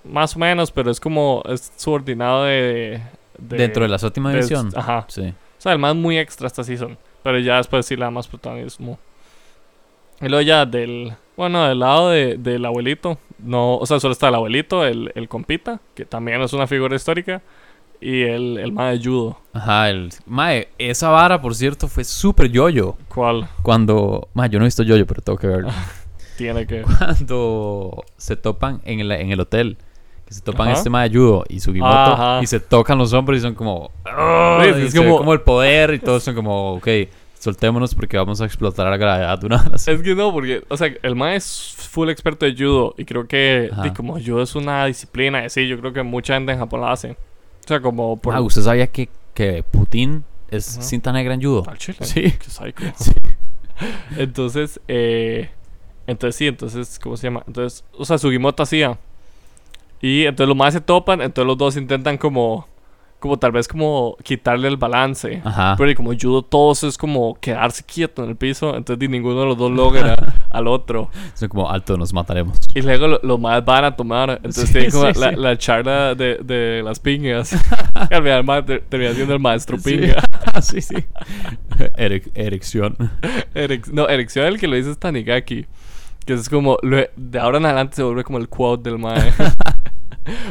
Más o menos, pero es como es subordinado de. de-
Dentro de la séptima
de-
división.
Ajá.
Sí.
O sea, el mae es muy extra esta season. Pero ya después sí le da más protagonismo. Y luego ya del. Bueno, del lado de- del abuelito. No, o sea, solo está el abuelito, el, el compita, que también es una figura histórica. Y el, el mae de judo.
Ajá, el... Mae, esa vara, por cierto, fue súper yoyo.
¿Cuál
Cuando... Mae, yo no he visto yoyo, pero tengo que verlo.
Ah. tiene que.?
[laughs] Cuando se topan en el, en el hotel. Que se topan
Ajá.
este mae de judo y Sugimoto.
Ajá.
Y se tocan los hombros y son como...
Ah,
"Ugh",
es
y se ve
como-
como el poder y todos son como... Ok, soltémonos porque vamos a explotar la gravedad de una hora.
Es que no, porque, o sea, el mae es full experto de judo y creo que,
Ajá.
di, como judo es una disciplina, y así, yo creo que mucha gente en Japón la hace. O sea, como por.
Ah, ¿usted sabía que, que Putin es
Ajá.
cinta negra en judo?
Al chile.
Sí.
Qué psycho. [laughs]
Sí.
Entonces, eh, entonces sí, entonces, ¿cómo se llama? Entonces, o sea, Sugimoto hacía. Y entonces los más se topan, entonces los dos intentan como, como tal vez como quitarle el balance.
Ajá.
Ah, Pero y como judo todos es como quedarse quieto en el piso, entonces ni ninguno de los dos
[laughs]
logra al otro.
Son como alto, nos mataremos.
Y luego lo- los más van a tomar, entonces
Sí,
tienen como
sí,
la,
sí.
la charla de, de las
[laughs]
pingas. y al final el ma- ter- termina siendo el maestro
Sí.
pinga.
[laughs] sí,
[laughs]
sí. Erec- erección.
Erec- no, erección el que lo dice es Tanigaki. Que es como, lo- de ahora en adelante se vuelve como el quote del mae.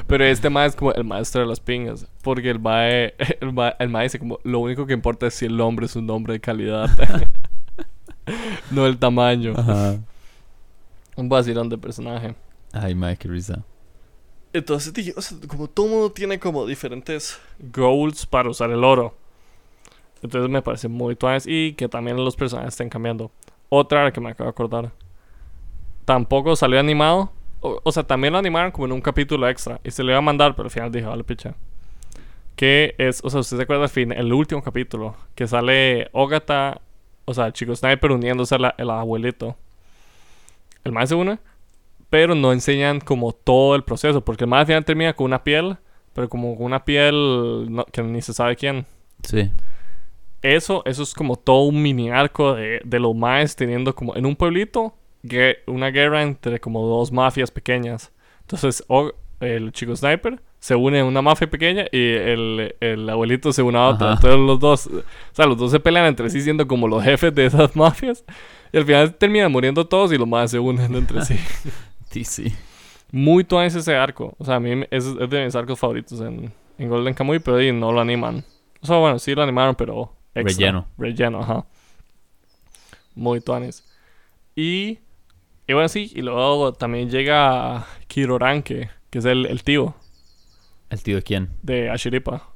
Pero este mae es como el maestro de las pingas. Porque el mae, [laughs] el mae, el mae dice como, lo único que importa es si el hombre es un hombre de calidad. [laughs] no el tamaño.
Ajá.
Un vacilón de personaje.
Ay, madre, qué risa.
Entonces dije, o sea, como todo mundo tiene como diferentes goals para usar el oro. Entonces me parece muy tuanes y que también los personajes estén cambiando. Otra la que me acabo de acordar. Tampoco salió animado. O, o sea, también lo animaron como en un capítulo extra. Y se le iba a mandar, pero al final dije, vale, picha. Que es, o sea, usted se acuerda al fin, el último capítulo. Que sale Ogata, o sea, el chico sniper uniéndose al el abuelito. El más se une pero no enseñan como todo el proceso, porque el más al final termina con una piel, pero como con una piel no- que ni se sabe quién.
Sí.
Eso, eso es como todo un mini arco de, de los maes teniendo como en un pueblito gue- una guerra entre como dos mafias pequeñas. Entonces o- el chico sniper se une a una mafia pequeña y el, el abuelito se une a otra.
Ajá.
Entonces los dos, o sea, los dos se pelean entre sí siendo como los jefes de esas [laughs] mafias. Y al final terminan muriendo todos y los maes se unen entre sí.
Sí, sí.
Muy tuanes ese arco. O sea, a mí me- es, es de mis arcos favoritos en, en Golden Kamuy, pero ahí no lo animan. O sea, bueno, sí lo animaron, pero. extra.
Relleno.
Relleno, ajá. Muy tuanes. Y. Y bueno, sí, y luego también llega Kiroranke, que es el, el tío
¿El tío de quién? [laughs]
de Ashiripa.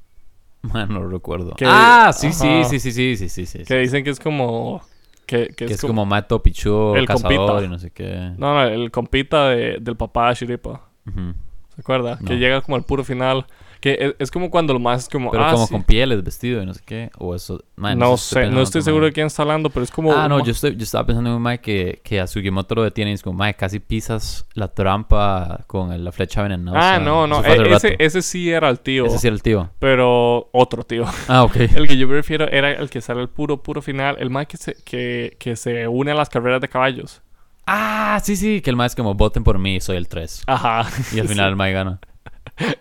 Man, no lo recuerdo.
Que-
ah, sí, sí,
ajá.
sí, sí, sí, sí, sí, sí.
Que dicen que es como. Que, que
que
es,
es
como.
como Mato Pichu,
El
cazador
compita.
y no sé qué.
No, no, el compita de- del papá de Ashiripa.
Ujú.
¿Se acuerda? Que
No.
llega como al puro final. Que es, es como cuando lo más es como.
Pero
ah,
como
sí.
con pieles, vestido y no sé qué. O eso. man,
no
si
sé, no
pensando
estoy
otro,
seguro
man.
de quién está hablando, pero es como.
Ah, no,
ma-
yo, estoy, yo estaba pensando en un mae que, que a Sugimoto lo detienen y es como, mae, casi pisas la trampa con el- la flecha venenosa.
Ah, no, no.
Eso fue hace
e- ese,
rato.
ese sí era el tío.
Ese sí era el tío.
Pero otro tío. [laughs]
Ah, ok.
El que yo me refiero era el que sale al puro, puro final. El más que se, que, que se une a las carreras de caballos.
Ah, sí, sí, que el mae es como, voten por mí, soy el 3.
Ajá. [laughs]
Y al final el mae gana.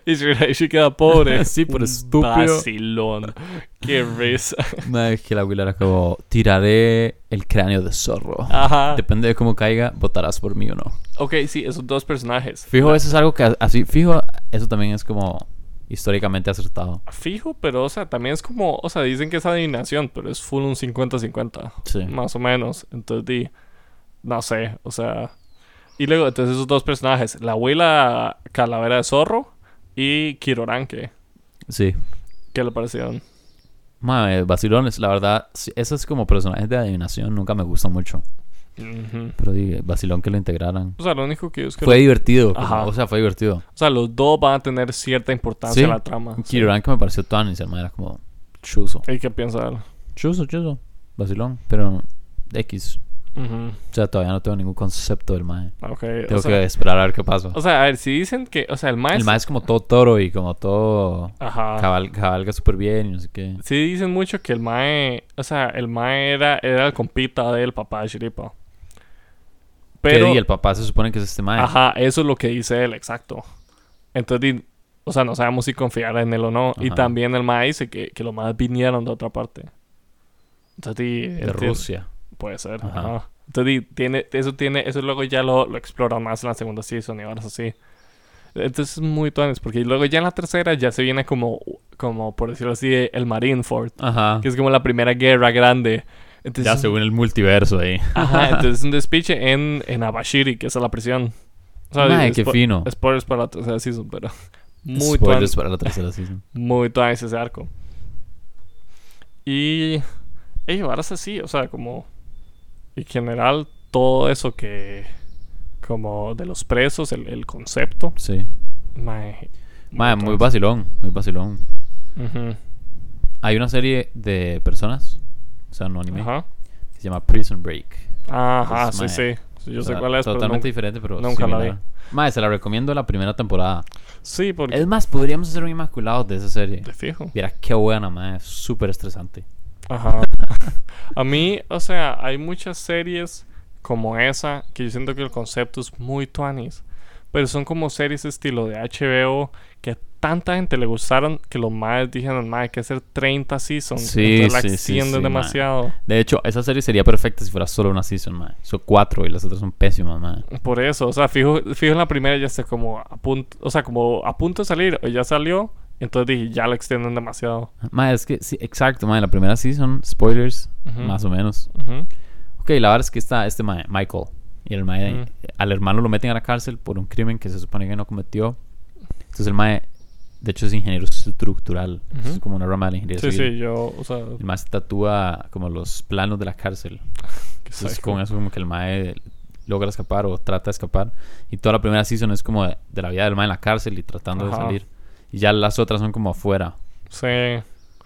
Y Shirashi queda
[laughs]
pobre.
Sí, por
Un
estúpido.
Vacilón.
[laughs]
Qué risa.
Mae, que la Aguilera como, tiraré el cráneo de zorro.
Ajá.
Depende de cómo caiga, votarás por mí o no.
Ok, sí, esos dos personajes.
Fijo, eso es algo que así, fijo, eso también es como históricamente acertado.
Fijo, pero, o sea, también es como. O sea, dicen que es adivinación, pero es full un 50-50.
Sí.
Más o menos. Entonces di. No sé, o sea. Y luego, entonces esos dos personajes, la abuela Calavera de Zorro y Kiroranke.
Sí.
¿Qué le parecieron?
Mae, vacilones, la verdad, sí, esos como personajes de adivinación nunca me gustan mucho.
Ujú.
Pero dije, vacilón que lo integraran.
O sea, lo único que yo es que.
Fue divertido, como-
Ajá.
o sea, fue divertido.
O sea, los dos van a tener cierta importancia en
Sí.
la trama. sí.
Kiran que me pareció tan y era como chuzo.
¿Y qué piensa él?
Chuzo, chuzo. Vacilón, pero X.
Ujú.
O sea, todavía no tengo ningún concepto del mae.
Ok,
Tengo
O sea,
que esperar a ver qué pasa.
o sea, a ver, si dicen que. O sea, el maestro.
El mae es como todo toro y como todo
Ajá.
cabal- cabalga súper bien y no sé qué.
Sí dicen mucho que el mae, o sea, el mae era, era el compita del papá de Shiripa.
Que di, el papá se supone que es este mae.
Ajá, eso es lo que dice él, exacto. Entonces, di- o sea, no sabemos si confiar en él o no. Y
Ajá.
también el MAE dice que, que los más vinieron de otra parte. Entonces,
de
di, él tiene-
Rusia.
Puede ser.
Ajá.
ajá. Entonces, di, tiene, eso tiene, eso luego ya lo, lo exploran más en la segunda season y ahora así. Entonces es muy tuanes, porque luego ya en la tercera ya se viene como, como por decirlo así, el Marineford,
Ajá.
que es como la primera guerra grande. Entonces,
Ya según el multiverso ahí. [laughs]
Ajá, entonces es un despiche en, en Abashiri, que es a la prisión. O sea,
Mae,
es
qué
po-
fino.
Spoilers para la tercera season,
[laughs]
pero muy
Spoilers
tuanes, [laughs]
para la tercera season.
muy tuanes ese arco. Y Ey, varas así, o sea, como. En general, todo eso que. Como de los presos, el, el concepto.
Sí.
Mae.
Mae, muy
básico.
vacilón, muy vacilón. Hay una serie de personas, o sea, no anime,
Ajá.
que se llama Prison Break.
Ajá, sí,
Entonces,
sí. Sí, Yo
Pues, O
sé
sea,
cuál es, pero.
Totalmente
nunca-
diferente, pero
nunca la vi.
similar. Mae, se la recomiendo la primera temporada.
Sí, porque.
Es más, podríamos hacer un inmaculado de esa serie.
Te fijo.
Mira, qué buena, mae. Es súper estresante.
Ajá. A mí, o sea, hay muchas series como esa que yo siento que el concepto es muy tuanis. Pero son como series estilo de HBO que a tanta gente le gustaron que los madres dijeron, madre, hay que hacer 30 seasons.
Sí,
Entonces la
sí, sí,
extienden
sí,
demasiado.
De hecho, esa serie sería perfecta si fuera solo una season, mae. Son cuatro y las otras son pésimas, mae.
Por eso, o sea, fijo, fijo en la primera ya está como a punto, o sea, como a punto de salir, o ya salió, entonces dije, ya la extienden demasiado.
Mae, es que, sí, exacto, mae. La primera season, spoilers,
Ujú.
más o menos.
Ujú.
Ok, la verdad es que está este mae, Michael. Y el mae,
Ujú.
al hermano lo meten a la cárcel por un crimen que se supone que no cometió. Entonces el mae, de hecho, es ingeniero estructural.
Ujú.
Es como una rama de la ingeniería
Sí,
civil.
sí, yo, o sea,
El mae se tatúa como los planos de la cárcel.
qué
Entonces,
psycho.
con eso, como que el mae logra escapar o trata de escapar. Y toda la primera season es como de, de la vida del mae en la cárcel y tratando
Ajá.
de salir. Y ya las otras son como afuera,
Sí,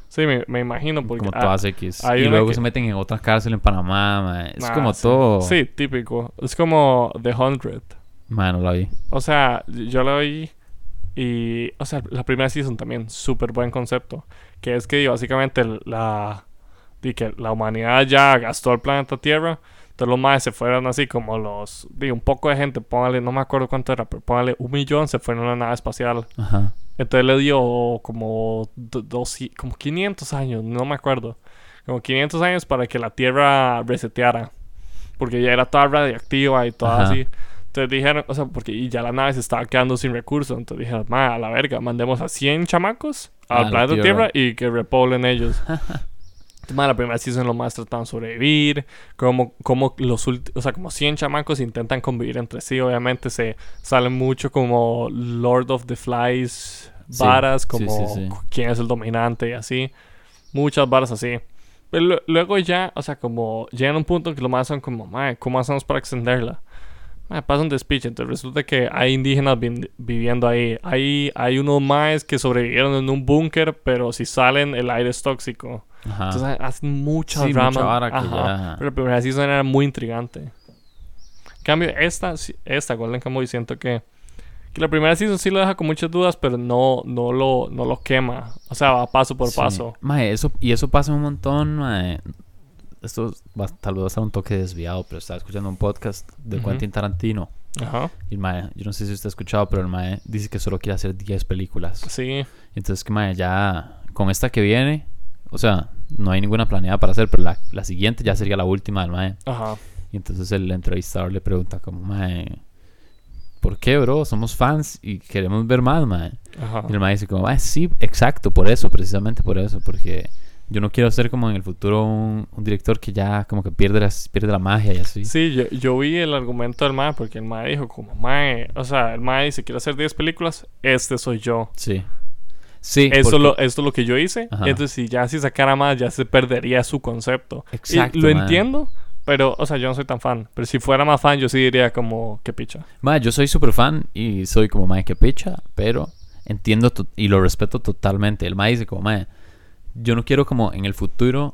sí, me, me imagino porque...
como
ah,
todas X.
hay
Y
una
luego
que-
se meten en otra cárcel en Panamá, mae. Es
ah,
como
sí.
todo.
Sí, típico. Es como The Hundred.
Mae, no la vi.
O sea, yo la vi y, o sea, la primera season también, súper buen concepto. Que es que di, básicamente la, di que la humanidad ya gastó el planeta Tierra. Entonces los maes se fueron así como los... di, un poco de gente, póngale, no me acuerdo cuánto era, pero póngale un millón, se fueron a una nave espacial.
Ajá.
Entonces le dio como, do- dos, como 500 años, no me acuerdo. Como 500 años para que la Tierra reseteara. Porque ya era toda radioactiva y toda
Ajá.
así. Entonces dijeron, o sea, porque y ya la nave se estaba quedando sin recursos. Entonces dijeron, ma, a la verga, mandemos a 100 chamacos
Ah,
al
la
planeta
Tierra.
Tierra y que
[laughs]
repoblen ellos. Entonces, ma, la primera season los más tratan de sobrevivir. Como, como los ulti- o sea, como 100 chamacos intentan convivir entre sí. Obviamente se salen mucho como Lord of the Flies,
Sí,
varas,
sí,
como
sí, sí.
quién es el dominante y así. Muchas varas así. Pero lu- luego ya, o sea, como llegan a un punto en que los más son como, mae, ¿cómo hacemos para extenderla? Mae, pasan despiche. Entonces resulta que hay indígenas vin- viviendo ahí. Hay, hay unos maes que sobrevivieron en un búnker, pero si salen el aire es tóxico.
Ajá.
Entonces hacen muchas
Ah. Sí, mucha
ramas.
vara que ya-
Pero la primera season era muy intrigante. En cambio, esta, sí- esta Golden Kamuy siento que, que la primera season sí lo deja con muchas dudas, pero no, no, lo, no lo quema. O sea, va paso por
Sí.
paso.
Mae, eso, y eso pasa un montón, mae. Esto va- tal vez va a estar un toque desviado, pero estaba escuchando un podcast de
Ujú.
Quentin Tarantino.
Ajá.
Y el mae, yo no sé si usted ha escuchado, pero el mae dice que solo quiere hacer 10 películas.
Sí.
Entonces, que mae, ya con esta que viene, o sea, no hay ninguna planeada para hacer, pero la, la siguiente ya sería la última del mae.
Ajá.
Y entonces el entrevistador le pregunta como, mae, ¿por qué, bro? Somos fans y queremos ver más, mae.
Ajá.
Y el mae dice como, ah, sí, exacto, por eso, precisamente por eso, porque yo no quiero ser como en el futuro un, un director que ya como que pierde, las, pierde la magia y así.
Sí, yo, yo vi el argumento del MAE porque el MAE dijo como MAE, o sea, el MAE dice quiero hacer 10 películas, este soy yo.
Sí. Sí.
Esto,
porque-
lo, esto es lo que yo hice.
Ajá.
Entonces, si ya si sacara más, ya se perdería su concepto. Y
Exacto,
lo
mae.
entiendo, pero, o sea, yo no soy tan fan. Pero si fuera más fan, yo sí diría como, qué picha.
Mae, yo soy súper fan y soy como mae que picha, pero entiendo to- y lo respeto totalmente. El mae dice como mae, yo no quiero como en el futuro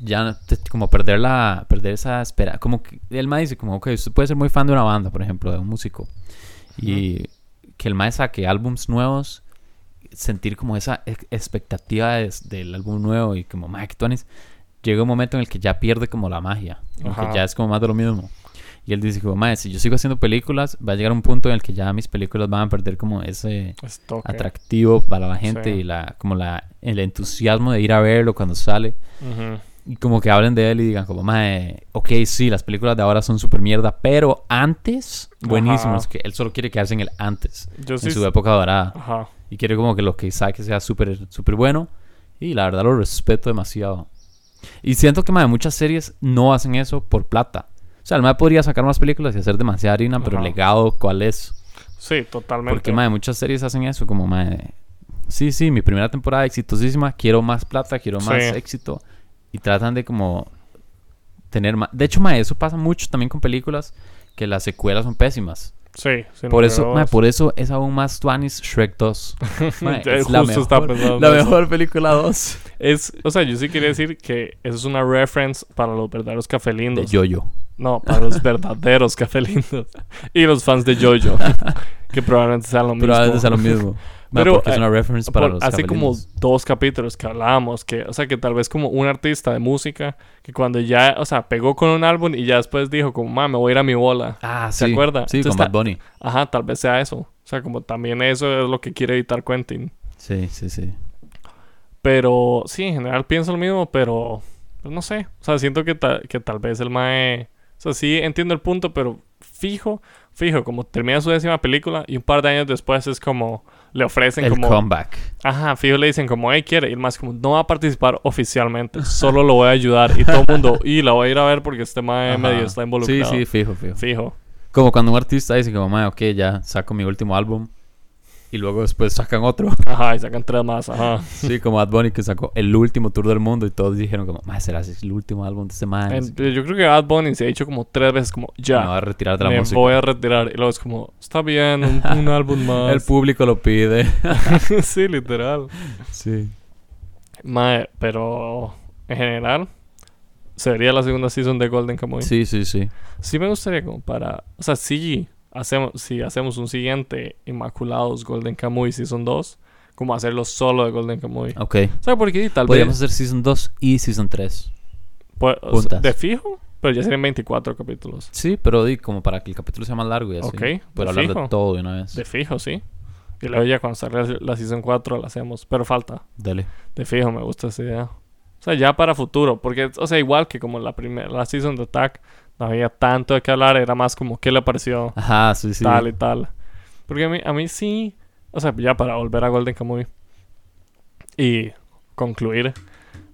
ya te- como perder la perder esa espera, como que el mae dice como ok, usted puede ser muy fan de una banda, por ejemplo, de un músico y que el mae saque álbums nuevos sentir como esa ex- expectativa de- del álbum nuevo y como mae que tuanis", llega un momento en el que ya pierde como la magia, como
Ajá.
que ya es como más de lo mismo. Y él dice, como, "Mae, si yo sigo haciendo películas, va a llegar un punto en el que ya mis películas van a perder como ese
Esto. ok.
atractivo para la gente
Sí.
y la, como la, el entusiasmo de ir a verlo cuando sale.
Ujú.
Y como que hablen de él y digan, como, mae, ok, sí, las películas de ahora son súper mierda, pero antes, buenísimas.
Ajá.
Que él solo quiere quedarse en el antes,
Yo sí.
en su época dorada.
Ajá.
Y quiere como que lo que saque sea súper, súper bueno. Y la verdad lo respeto demasiado. Y siento que, madre, muchas series no hacen eso por plata. O sea, el madre podría sacar más películas y hacer demasiada harina, pero el
Ajá.
legado, ¿cuál es?
Sí, totalmente.
Porque, madre, muchas series hacen eso, como, madre... Sí, sí, mi primera temporada exitosísima, quiero más plata, quiero más
Sí.
éxito. y tratan de como tener más. De hecho, mae, eso pasa mucho también con películas que las secuelas son pésimas.
Sí, sí,
Por
no
eso,
creo
mae,
vos. [laughs]
por [laughs] eso es aún más Tuanis Shrek 2. Mae,
Ya
es la
justo estaba
mejor,
pensando
la
en eso.
mejor película
[laughs]
2
Es, o sea, yo sí quería decir que eso es una reference para los verdaderos
de
cafelindos.
Yoyo.
No, para
[laughs]
los verdaderos cafelindos. Y los fans de JoJo. que probablemente sean lo mismo.
Pero a veces es lo
[laughs]
mismo. Mae,
Pero,
porque es
eh,
una reference Pues para
Por-
los
hace como
cafelindos.
dos capítulos que hablábamos que, o sea, que tal vez como un artista de música que cuando ya, o sea, pegó con un álbum y ya después dijo como, ma, me voy a ir a mi bola.
Ah, sí.
¿Se acuerda?
Sí,
Entonces
con Bad
ta-
Bunny.
Ajá, tal vez sea eso. O sea, como también eso es lo que quiere evitar Quentin.
Sí, sí, sí.
Pero sí, en general pienso lo mismo, pero pero no sé. O sea, siento que, ta- que tal vez el Mae. O sea, sí entiendo el punto, pero fijo, fijo, como termina su décima película y un par de años después es como. Le ofrecen
El
como.
comeback.
Ajá, fijo, le dicen como, hey, quiere. Y el Mae es como, no va a participar oficialmente, solo lo voy a ayudar. Y todo el mundo, y la voy a ir a ver porque este Mae
Ajá.
medio está involucrado.
Sí, sí, fijo, fijo.
Fijo.
Como cuando un artista dice que, mamá, ok, ya saco mi último álbum. Y luego después sacan otro. [laughs]
Ajá, y sacan tres más, ajá.
Sí, como Bad Bunny que sacó el último tour del mundo y todos dijeron como, más será el último álbum de este man.
En-
Así que
yo creo que Bad Bunny se ha dicho como tres veces como, ya.
Me va a retirar de la
me
música.
voy a retirar. Y luego es como, está bien,
[laughs]
un, un álbum
El
más.
público lo
[laughs]
pide.
sí, literal.
sí.
Mae, pero en general, sería la segunda season de Golden Kamuy. Sí.
Sí, sí, sí.
me gustaría como para... O sea, si hacemos, si hacemos un siguiente Inmaculados Golden Kamuy Season 2, como hacerlo solo de Golden Kamuy.
Ok.
¿Sabes por qué? Tal
Ah. Podríamos
vez...
hacer Season 2 y Season 3.
pues, o sea,
juntas.
de fijo, pero ya serían 24 capítulos.
Sí, pero di como para que el capítulo sea más largo y así.
Ok,
Pero
de
hablar de
fijo.
todo de una vez.
De fijo, sí. Y luego ya cuando salga la Season 4 la hacemos. Pero falta.
Dale.
De fijo, me gusta esa idea. O sea, ya para futuro. Porque, o sea, igual que como la primera, la season de Attack, no había tanto de qué hablar. Era más como qué le pareció,
Ajá, sí, sí.
tal y tal. Porque a mí, a mí sí. O sea, ya para volver a Golden Kamuy y concluir.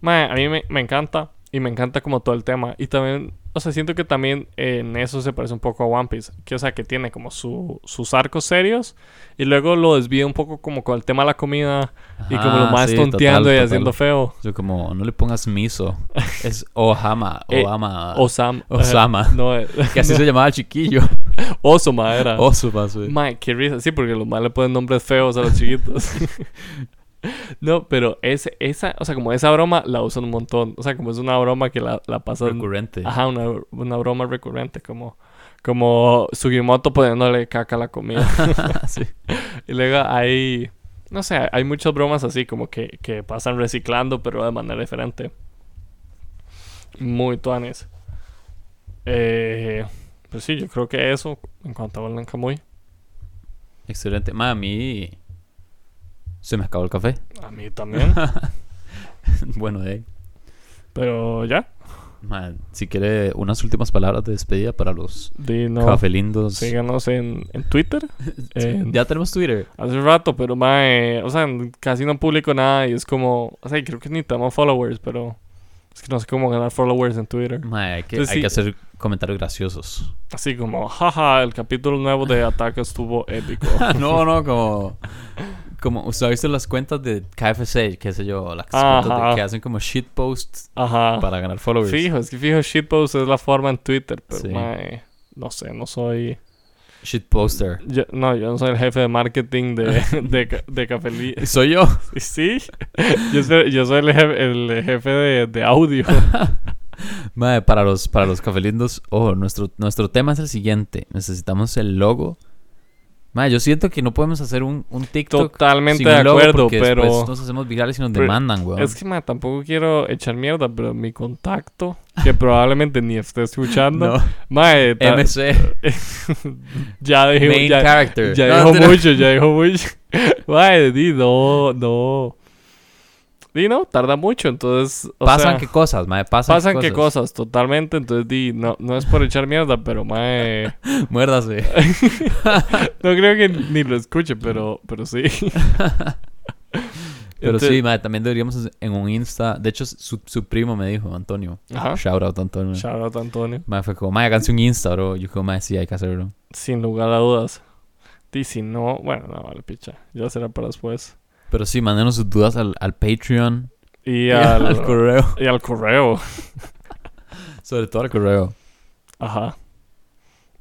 mae, a mí me, me encanta. Y me encanta como todo el tema. Y también, o sea, siento que también eh, en eso se parece un poco a One Piece. Que, o sea, que tiene como su- sus arcos serios. Y luego lo desvía un poco como con el tema de la comida. Y como lo
Ajá,
más
Ah, sí,
tonteando
total,
y
total.
haciendo feo.
Yo como, no le pongas
[laughs]
miso. Es Ohama.
Eh,
Ohama.
Osam.
Osama.
eh, no, eh,
Ah. [laughs] que así se llamaba el [laughs] chiquillo.
Osoma era.
Osuma, sí.
Mae, qué risa. Sí, porque los más le ponen nombres feos a
[laughs]
los chiquitos. no, pero ese, esa, o sea, como esa broma la usan un montón. O sea, como es una broma que la, la pasan.
Recurrente.
Ajá, una, una broma recurrente. Como, como Sugimoto poniéndole caca a la comida.
[laughs] sí.
y luego hay. No sé, hay muchas bromas así, como que, que pasan reciclando, pero de manera diferente. Muy tuanes. Eh, pues sí, yo creo que eso en cuanto a Golden Kamuy.
Excelente. Ma, a mí se me acabó el café.
A mí también.
[laughs] bueno, de ahí.
Pero ya.
Ma, si quiere unas últimas palabras de despedida para los
Dino.
cafelindos.
Síganos en, en Twitter. en-
Ya tenemos Twitter.
hace rato, pero mae, o sea, n- casi no publico nada y es como, o sea, creo que ni tenemos followers, pero es que no sé cómo ganar followers en Twitter.
Ma, hay que,
Entonces,
hay
Pues sí.
que hacer comentarios graciosos.
Así como, jaja, el capítulo nuevo de Ataque estuvo épico.
[laughs] no, no, como. Como, usted ha visto las cuentas de KFC, qué sé yo, las
Ajá. Ah.
cuentas de- que hacen como shitposts
Ajá.
para ganar followers.
Fijo, es que fijo, shitpost es la forma en Twitter, pero
Sí.
mae, no sé, no soy.
Shitposter.
yo- no, yo no soy el jefe de marketing de, [laughs] de, ca- de Cafelí.
Soy yo.
[laughs] Sí, yo soy, yo soy el jefe, el jefe de, de audio.
[laughs] Madre, para los, para los cafelindos, ojo, nuestro, nuestro tema es el siguiente. Necesitamos el logo. Madre, yo siento que no podemos hacer un, un TikTok
Totalmente
sin un
de
logo
acuerdo,
porque
pero
después nos hacemos virales y nos
pero
demandan, weón.
es que ma, tampoco quiero echar mierda, pero mi contacto, que probablemente ni esté
[laughs]
escuchando,
no,
ma, eh, ta-
MC,
ya dijo,
main
ya,
character.
ya
No,
dijo
mentira.
mucho, ya dijo mucho. [laughs] Ma, eh, di, no, no. Di, no, tarda mucho, entonces, o
Pasan
sea,
qué cosas, madre, pasan,
pasan qué cosas, totalmente, entonces di, no, no es por echar mierda, pero ma, eh, [laughs]
Muérdase.
No creo que ni lo escuche, pero, pero sí. [laughs]
Pero
Entonces-
sí, madre, también deberíamos hacer- en un Insta. De hecho, su, su primo me dijo, Antonio.
Ajá.
Shout out, Antonio.
¿Ah? Shout out Antonio.
Madre, fue como, madre, háganse un Insta, bro. Yo como, madre, sí, hay que hacerlo.
Sin lugar a dudas. Y si no, bueno, no, vale, picha. Ya será para después.
Pero sí, mándenos sus dudas al, al Patreon. [laughs]
Y [laughs] al,
al correo.
Y al correo.
Sobre todo al correo.
Ajá.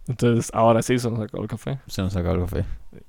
Entonces, ahora sí se nos acabó el café.
Se nos acabó el café.